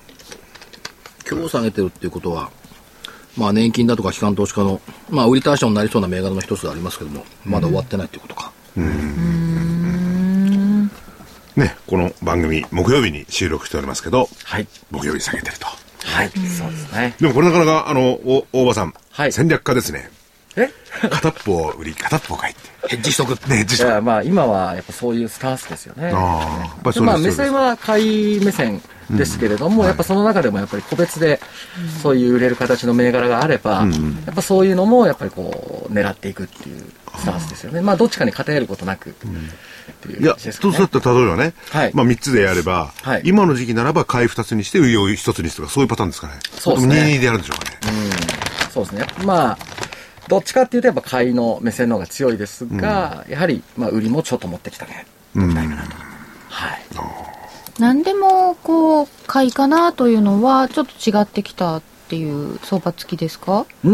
S2: 今日下げてるっていうことは、まあ年金だとか機関投資家の、まあ売り対象になりそうな銘柄の一つでありますけども、まだ終わってないっていうことか。
S4: ねこの番組木曜日に収録しておりますけど
S3: はい。
S4: 木曜日下げてると
S3: はい。そうですね。
S4: でもこれなかなかあのお大場さん、
S3: はい
S4: 戦略家ですね
S3: え
S4: 片っぽを売り片っぽを買いって
S2: ヘッジしとくって。
S4: ね自
S3: じ
S4: 社
S3: ゃあまあ今はやっぱそういうスタンスですよね。
S4: ああやっぱりそう
S3: まあ
S4: で
S3: 目
S4: すそう
S3: 線
S4: で
S3: は買い目線ですけれども、やっぱその中でもやっぱり個別でそういう売れる形の銘柄があれば、やっぱそういうのもやっぱりこう狙っていくっていうスタンスですよね。まあどっちかに偏ることなくっていう
S4: すいや
S3: 感じですか
S4: 一
S3: ね
S4: つだったら例えばね、
S3: はい
S4: まあ3つでやれば、
S3: はい
S4: 今の時期ならば買い2つにして売りを1つにするとかそういうパターンですかね
S3: そうですね
S4: も22でやるんでしょうかね、
S3: そうですね。まあどっちかっていうとやっぱ買いの目線の方が強いですが、やはりまあ売りもちょっと持ってきたね。はい。
S9: 何でもこう買いかなというのはちょっと違ってきたっていう相場付きですか
S3: う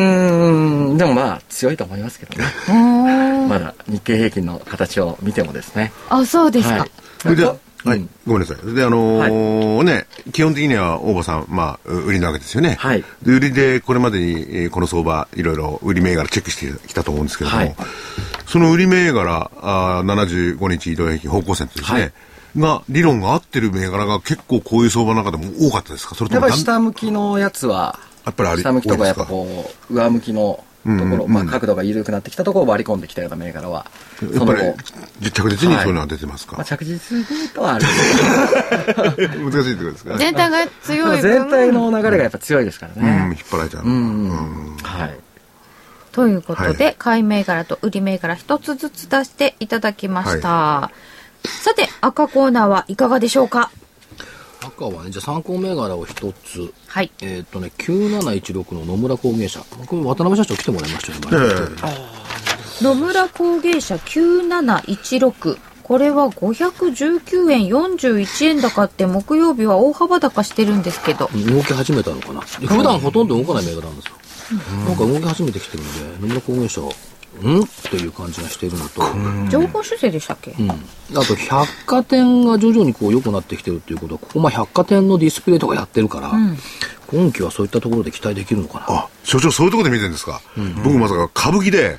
S3: ーん、でもまあ強いと思いますけどね。まだ日経平均の形を見てもですね。
S9: あそうですか、
S3: はい
S4: それで、
S3: な
S4: は
S3: んか
S4: い、ごめんなさい。それで、あのーね、基本的には大場さん、まあ、う売りなわけですよね。
S3: はい
S4: で売りで、これまでに、えーこの相場、いろいろ売り銘柄チェックしてきたと思うんですけれども、
S3: はい
S4: その売り銘柄、あー75日移動平均方向線とですね、
S3: はい
S4: が、理論が合ってる銘柄が結構こういう相場の中でも多かったですかそれと
S3: やっ
S4: も
S3: ぱ
S4: だ
S3: り
S4: ん、
S3: 下向きのやつは、
S4: やっぱりあり
S3: 下向きと
S4: 多
S3: か
S4: い
S3: や
S4: で
S3: っ
S4: すか
S3: ぱこう、上向きのとこ
S4: う
S3: ろ、
S4: んうんうん
S3: まあ角度が緩くなってきたところを割り込んできたような銘柄は、そ
S4: や
S3: の
S4: っぱ
S3: 後、
S4: り、じ着実にそういうのは出てますか、
S3: まあ、着実にとはあるんですけ
S4: 難しいってことですか
S9: 全体が
S3: ど、
S9: 強
S3: ま
S9: い分
S3: あ全体の流れがやっぱ強いですから
S4: うん、引っ
S3: ね。
S4: 張られちゃう。
S3: うん。
S4: うん
S3: はい。
S1: ということで、
S4: は
S1: 買い銘柄と売り銘柄一つずつ出していただきました。さて、赤コーナーはいかがでしょうか
S2: 赤はね、じゃあ参考銘柄を一つ。
S1: はい。
S2: えーっ、とね、9716の野村工芸社。これ渡辺社長来てもらいましたよね。
S1: 野村工芸社9716。これは519円41円高って木曜日は大幅高してるんですけど。
S2: 動き始めたのかな。で普段ほとんど動かない銘柄なんですよ。なんか動き始めてきてるんで、野村工芸社、んっていう感じがしているのと、
S1: 情報修正でしたっけ、
S2: うんあと百貨店が徐々にこう良くなってきてるっていうことは、ここまあ百貨店のディスプレイとかやってるから、今期はそういったところで期待できるのかな。
S4: あ、所長そういうところで見てるんですか、僕まさか歌舞伎で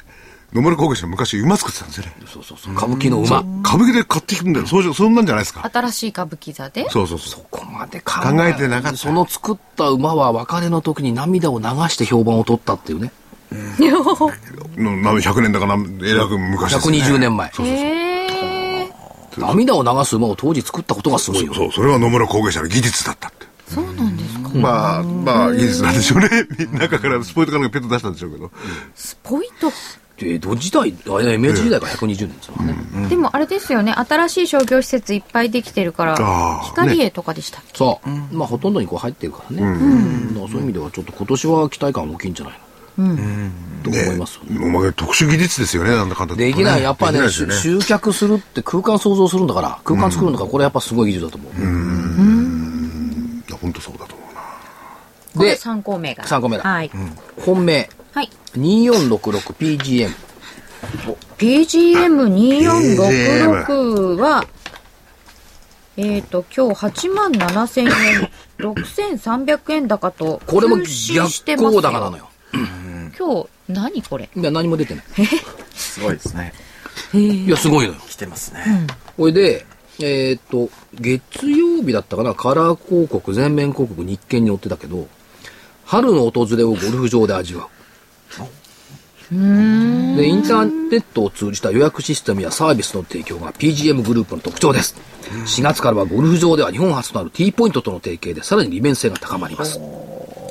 S4: 野村工芸社昔馬作ってたんですよね。
S2: そうそうそう。歌舞伎の馬。
S4: 歌舞伎で買ってきてんだよ。そうじゃ、そんなんじゃないですか。
S9: 新しい歌舞伎座で
S4: そうそうそう。
S2: ここまで
S4: 考えてなかった
S2: その作った馬は別れの時に涙を流して評判を取ったっていうね。
S4: のな100年だから、えらく昔です、ね。
S2: 120年前。
S9: へえ
S2: 涙を流す馬を当時作ったことがすごいよ。
S4: そう、それは野村工芸社の技術だったって。
S9: そうなんですか
S4: まあ、まあ、技術なんでしょうね。 中からスポイトかなんかペット出したんでしょうけど。
S1: ポイント。
S2: 江戸時代、あれ、明治時代が120年ですもんね。
S1: でもあれですよね、新しい商業施設いっぱいできてるか
S4: あ
S1: ら、
S4: ー
S1: 光栄とかでしたっけ、
S2: そう。まあ、ほとんどにこう入ってるからね。だからそういう意味では、ちょっと今年は期待感大きいんじゃないのと思いますよね。
S4: おまけ特殊技術ですよね、なんだかんだとね、
S2: できない、やっぱね
S4: できないですよ
S2: 集集客するって空間想像するんだから、空間作るんだから、これやっぱすごい技術だと思う。
S4: 本当そうだと思うな。
S1: これ
S2: で、
S1: 参考銘柄。
S2: 参考銘柄
S1: はい。
S2: 本命、
S1: はい。
S2: 2466PGM。
S1: PGM2466 は、えっ、と、今日8万7000円、6300円高と、
S2: これも
S1: 急
S2: 逆
S1: 進してます
S2: 光
S1: よ
S2: 高なのよ。
S1: 今日、何これ
S2: いや、何も出てない。
S3: すごいですね。
S2: いや、すごいのよ。
S3: 来てますね。
S2: これで、えーっと、月曜日だったかな、カラー広告、全面広告、日経に載ってたけど、春の訪れをゴルフ場で味わう。でインターネットを通じた予約システムやサービスの提供が PGM グループの特徴です4月からはゴルフ場では日本初となる T ポイントとの提携でさらに利便性が高まります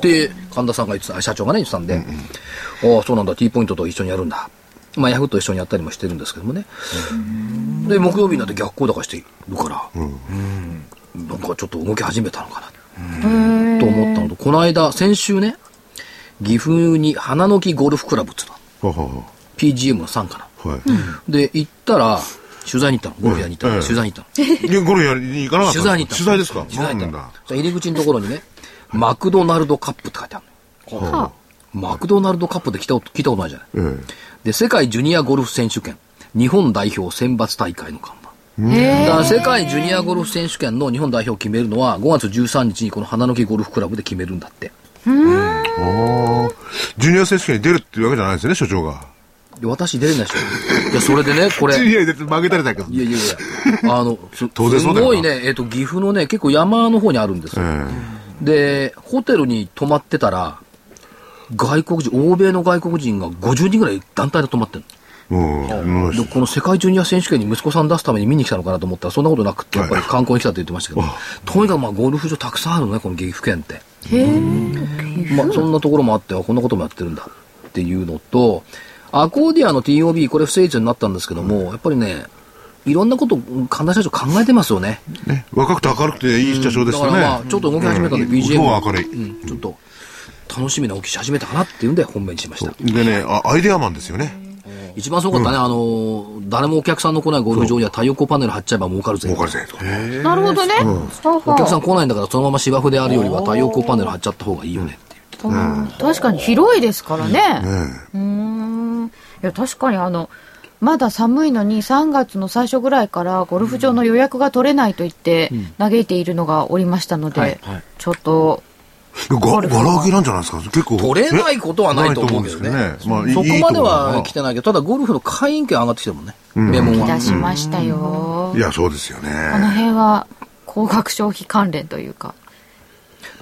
S2: で神田さんが言ってた社長がね言ってたんで、ああそうなんだ T ポイントと一緒にやるんだまあヤフーと一緒にやったりもしてるんですけどもねで木曜日になって逆行高しているから、うんなんかちょっと動き始めたのかなと思ったのとこの間先週ね岐阜に花の木ゴルフクラブっつうの
S10: ははは
S2: PGM の参加な
S10: はい。
S2: の。で、行ったら、取材に行ったの。ゴルフ屋に行ったの。
S10: うん
S2: 取材に行ったの。
S10: いやゴルフやりに行かなかった
S2: 取材に行ったの。
S10: 取材ですか
S2: 取材に行っ
S10: なん
S2: たの
S10: だ。
S2: そしたら入り口のところにね、マクドナルドカップって書いてあるのよマクドナルドカップって聞いたこと聞いたことないじゃない。
S10: ええ。
S2: で、世界ジュニアゴルフ選手権、日本代表選抜大会の看板。だ
S7: へ
S2: か
S7: え
S2: ら世界ジュニアゴルフ選手権の日本代表を決めるのは5月13日にこの花の木ゴルフクラブで決めるんだって。
S10: ああ。ジュニア選手権に出るっていうわけじゃないですよね、所長が。
S2: で私出れないでしょ。いや、それでね、これ。
S10: ジュニアに出て負けたりだけど。
S2: いやいやいや、あの、す
S10: 当然
S2: す
S10: そうだよ
S2: ご
S10: ない
S2: ね、えっ、と、岐阜のね、結構山の方にあるんですよ。
S10: え
S2: で、ホテルに泊まってたら、外国人、欧米の外国人が50人ぐらい団体で泊まってる
S10: え。うん。
S2: で、この世界ジュニア選手権に息子さん出すために見に来たのかなと思ったら、そんなことなくって、やっぱり
S10: はい
S2: 観光に来たって言ってましたけど、とにかくまあ、ゴルフ場たくさんあるのね、この岐阜県って。まあ、そんなところもあって、あこんなこともやってるんだっていうのと、アコーディアの TOB、これ不正常になったんですけども、やっぱりね、いろんなこと、神田社長考えてますよね。
S10: ね。若くて明るくていい社長でしたね。
S2: だからまあちょっと動き始めたんで
S10: うん
S2: BGM
S10: 音は明るい。
S2: うんちょっと楽しみな動きし始めたかなっていうんで本命にしました
S10: でね、あアイデアマンですよね。
S2: 一番すごかったね、あのー誰もお客さんの来ないゴルフ場には太陽光パネル貼っちゃえば儲かるぜ
S10: 儲かるぜ、とか。
S7: なるほどね。そう
S2: お客さ
S7: か
S2: ん来ないんだからそのまま芝生であるよりは太陽光パネル貼っちゃった方がいいよねっていう
S7: うん確かに広いですからね。
S10: え
S7: うーん。いや、確かにあの、まだ寒いのに3月の最初ぐらいからゴルフ場の予約が取れないと言って嘆いているのがおりましたので、ちょっと、
S10: え。がガラ空きなんじゃないですか結構。
S2: 取れないことはないと思うけどね
S10: ないと思うんですけどね。まあ、
S2: そこまでは来
S10: 来
S2: てないけどただゴルフの会員権上がってきてるもんね、名門
S7: 引き
S2: は
S7: 出しましたよ。
S10: いや、そうですよね。
S7: この辺は高額消費関連というか。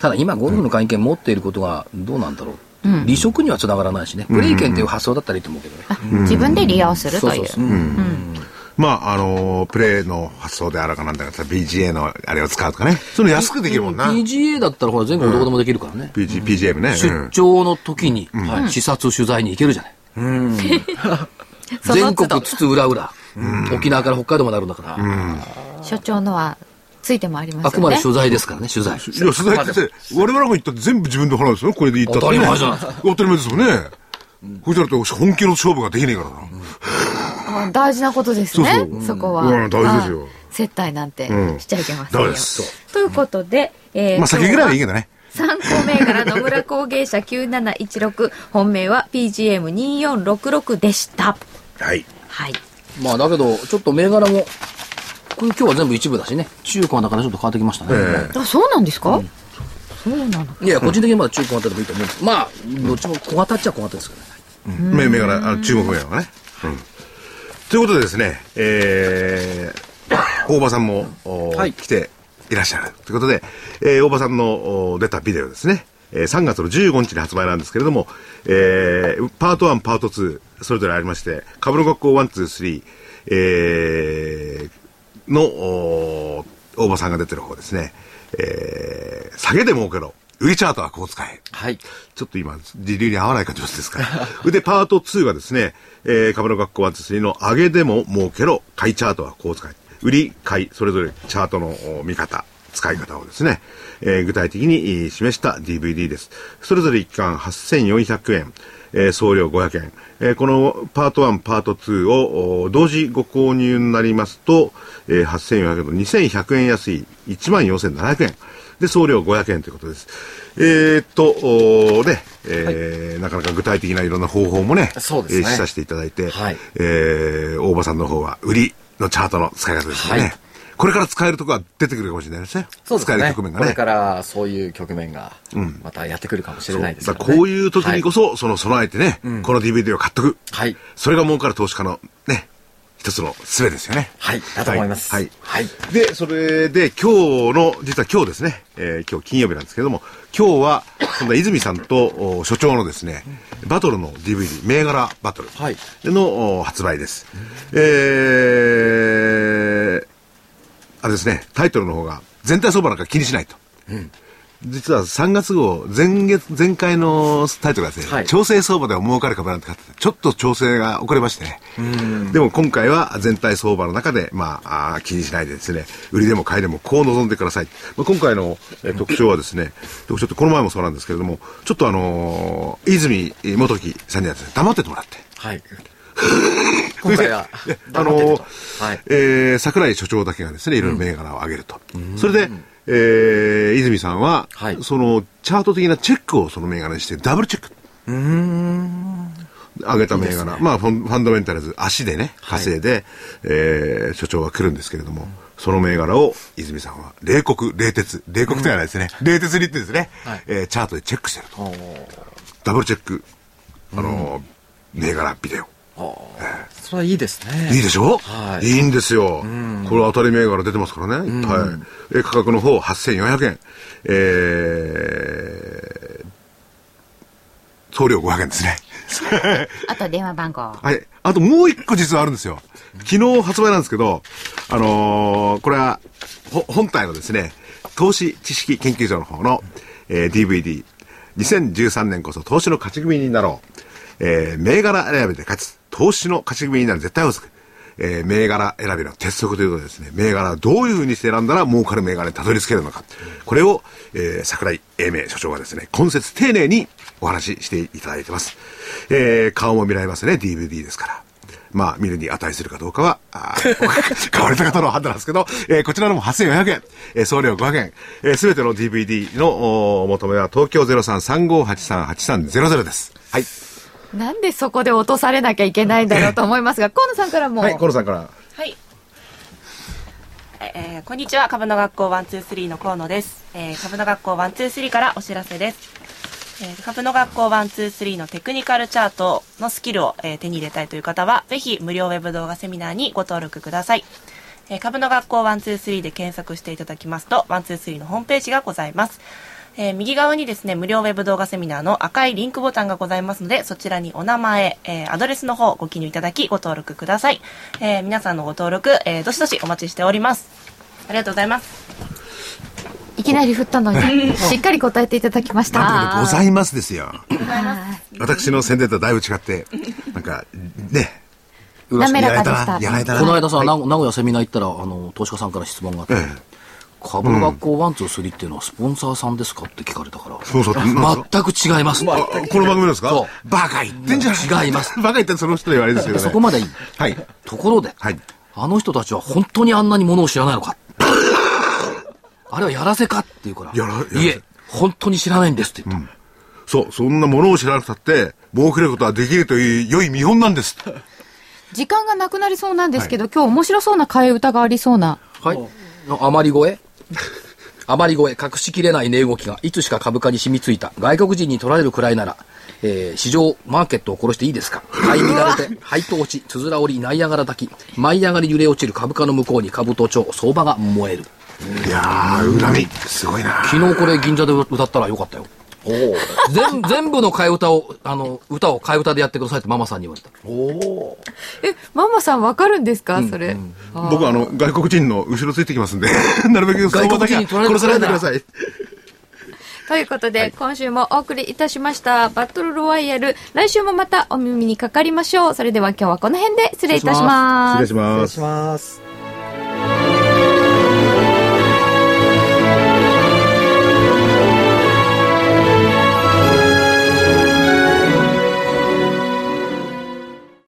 S2: ただ今ゴルフの会員権持っていることがどうなんだろう、
S7: うん
S2: 離職にはつながらないしねプレイ権っていう発想だったらいいと思うけどね、
S7: あ自分で利用するという。
S2: そうそうそう
S10: まあ、あのープレーの発想であらかなんだか、BGA のあれを使うとかね。そういうの安くできるもんな。
S2: PGA だったらほら全国どこでもできるからね、
S10: PG、PGM ね。
S2: 出張の時に、はい視察取材に行けるじゃない。全国津々浦々、沖縄から北海道まであるんだから、
S7: 所長のはついてもありますよね。
S2: あくまで取材ですからね、取材。
S10: うん。いや、それだって、我々が行ったら全部自分で払うんですよ。これで行った
S2: 当たり前じゃないです
S10: か。当たり前ですもんね。こいつらと本気の勝負ができねえからな。
S7: あ大事なことですね。そこは、
S10: うん大事ですよ
S7: はい接待なんて
S10: うん
S7: しちゃいけません
S10: ダ
S7: よ。
S10: メです。
S1: ということで、えー
S10: まあ、先ぐらいはいいけどね。
S1: 参考銘柄野村工芸社9716本命は PGM2466 でした
S10: はい。
S1: はい
S2: まあだけど、ちょっと銘柄も、これ今日は全部一部だしね、中古はだからちょっと変わってきましたね。
S10: え
S7: あそうなんですか、そうなの。
S2: いや、個人的にまだ中古あたりでもいいと思うんです。まあ、どっちも小型っちゃ小型ですけどね。
S10: え。め、めから、あの、中国名はね。うん。ということでですね、えー、 大場さんも、お
S3: はい
S10: 来ていらっしゃる。ということで、えー、大場さんのお出たビデオですね。えー、3月の15日に発売なんですけれども、えー、パート1、パート2、それぞれありまして、株の学校1、2、3、えー、の、お大場さんが出てる方ですね。えー、下げで儲けろ。ウィチャートはこう使え。
S3: はい。
S10: ちょっと今、時流に合わない感じですから。 それで、パート2がですね、えー、株の学校ワンツースリーの上げでも儲けろ、買いチャートはこう使い。売り、買い、それぞれチャートのお見方、使い方をですね、えー具体的にえー示した DVD です。それぞれ一巻8400円、えー送料500円。えーこのパート1、パート2をお同時ご購入になりますと、えー8400円と2100円安い14700円。で、送料500円ということです。えーっと、おーね、えーなかなか具体的ないろんな方法もね、
S3: そうですね
S10: えー示唆していただいて、
S3: はい
S10: えー大場さんの方は売りのチャートの使い方ですよね。
S3: はい
S10: これから使えるところは出てくるかもしれないですね。
S3: そうです
S10: 使える
S3: ね。
S10: 局面が
S3: こ
S10: ね。
S3: れからそういう局面が、またやってくるかもしれないです
S10: だ
S3: か、
S10: からら
S3: ね。
S10: こういう時にこそ、その備えてね、この DVD を買っとく。
S3: はい
S10: それが儲かる投資家のね、一
S4: 一つの術ですよね。
S3: はい、だと思います。
S4: はい。
S3: はい。
S4: で、それで、今日の、実は今日ですね、えー今日金曜日なんですけども、今日は、そんな泉さんとお所長のですね、バトルの DVD、銘柄バトル
S3: はい
S4: の、お発売です。えー、あれですね、タイトルの方が、全体相場なんか気にしないと。実は3月号、前月、前回のタイトルがですね、
S3: はい
S4: 調整相場では儲かる株なんて買っててちょっと調整が遅れましてね。でも今回は全体相場の中で、まあ、あー気にしないでですね、売りでも買いでもこう望んでください。まあ、今回のえー特徴はですね、特徴ってこの前もそうなんですけれども、ちょっとあのー泉元木さんにはですね、黙っててもらって。
S3: はい。今回は
S4: それで、 あ
S3: 頑張ってる
S4: の
S3: とはい。
S4: えー桜井所長だけがですね、いろいろ銘柄を上げると。それで、えー泉さんは、
S3: はい
S4: そのチャート的なチェックをその銘柄にして、ダブルチェック。上げた銘柄まあファンファンダメンタルズ足でね稼いで、えー所長は来るんですけれども、その銘柄を泉さんは冷酷冷徹冷酷ではないですね、冷徹にってですね、
S3: はい
S4: えーチャートでチェックしてるとダブルチェックあのー銘柄ビデオ
S3: それはいいですね。
S4: いいでしょ、
S3: はい
S4: い、いんですよ。これ当たり銘柄出てますからね。はい。え価格の方8400円。えー、送料500円ですね。
S11: あと電話番号。
S4: はい。あともう一個実はあるんですよ。昨日発売なんですけど、あのーこれは、ほ本体のですね、投資知識研究所の方の、えー DVD、2013年こそ投資の勝ち組になろう。えー銘柄選びで勝つ。投資の勝ち組になる絶対法則。えー銘柄選びの鉄則ということでですね、銘柄をどういうふうにして選んだら儲かる銘柄にたどり着けるのか。これを、えー桜井英明所長がですね、今節丁寧にお話ししていただいてます。えー顔も見られますね、DVD ですから。まあ、見るに値するかどうかは、あー 買われた方の判断なんですけど、えーこちらのも8400円、えー送料500円、えーすべての DVD のおお求めは東京0335838300です。はい。
S1: なんでそこで落とされなきゃいけないんだろうと思いますが、河野さんからも、
S4: はい、コロさんから。
S10: はい。えーこんにちは株の学校ワンツースリーの河野です、えー株の学校ワンツースリーからお知らせです、えー株の学校ワンツースリーのテクニカルチャートのスキルを、えー手に入れたいという方はぜひ無料ウェブ動画セミナーにご登録ください、えー株の学校ワンツースリーで検索していただきますとワンツースリーのホームページがございますえー右側にですね、無料ウェブ動画セミナーの赤いリンクボタンがございますので、そちらにお名前、えーアドレスの方ご記入いただき、ご登録ください。えー皆さんのご登録、えーどしどしお待ちしております。ありがとうございます。
S1: いきなり振ったのに、しっかり答えていただきまし
S4: なんで
S1: た
S4: ご。ざいますですよ。私の宣伝とはだいぶ違って、なんか、ね。
S11: 滑らかでした
S4: やられたな。
S2: この間さ、
S4: はい
S2: 名古名古屋セミナー行ったら、あの、投資家さんから質問があって、
S4: え
S2: 株の学校ワンツースリーっていうのはスポンサーさんですかって聞かれたから、
S4: ポンサーって何で
S2: 全く違います。
S4: あこの番組ですか
S2: そう
S4: バカ言ってんじゃない
S2: 違います。
S4: バカ言ってその人にはあれですけどね。
S2: そこまでいい。
S4: はい。
S2: ところで、
S4: はい
S2: あの人たちは本当にあんなにものを知らないの か。あれはやらせかって言うから、
S4: やらやらせ
S2: いえ、本当に知らないんですって言った。
S4: そう、そんなものを知らなくたって、儲けることはできるという良い見本なんです。
S11: 時間がなくなりそうなんですけど、今日面白そうな替え歌がありそうな。
S2: はい。あまり声 あまり声、隠しきれない値動きが、いつしか株価に染みついた。外国人に取られるくらいなら、えー市場、マーケットを殺していいですか買い乱 れて、配当落ち、つづら折り、ナイアガラ炊き、舞い上がり揺れ落ちる株価の向こうに株と帳、相場が燃える。
S4: いやー、恨み。すごいな。
S2: 昨日これ銀座で歌ったらよかったよ。全全部の替え歌を、あの、歌を替え歌でやってくださいってママさんに言われた。
S1: え、ママさんわかるんですか、それ。
S4: 僕はあの、外国人の後ろついてきますんで、 なるべく
S2: 外国人
S4: その場だけは
S2: に取られる
S4: 殺さないでください。
S1: ということで、今週もお送りいたしました、バトルロワイヤル。来週もまたお耳にかかりましょう。それでは今日はこの辺で失礼いたします
S4: 失礼しま
S3: 失
S4: す
S3: 礼。します。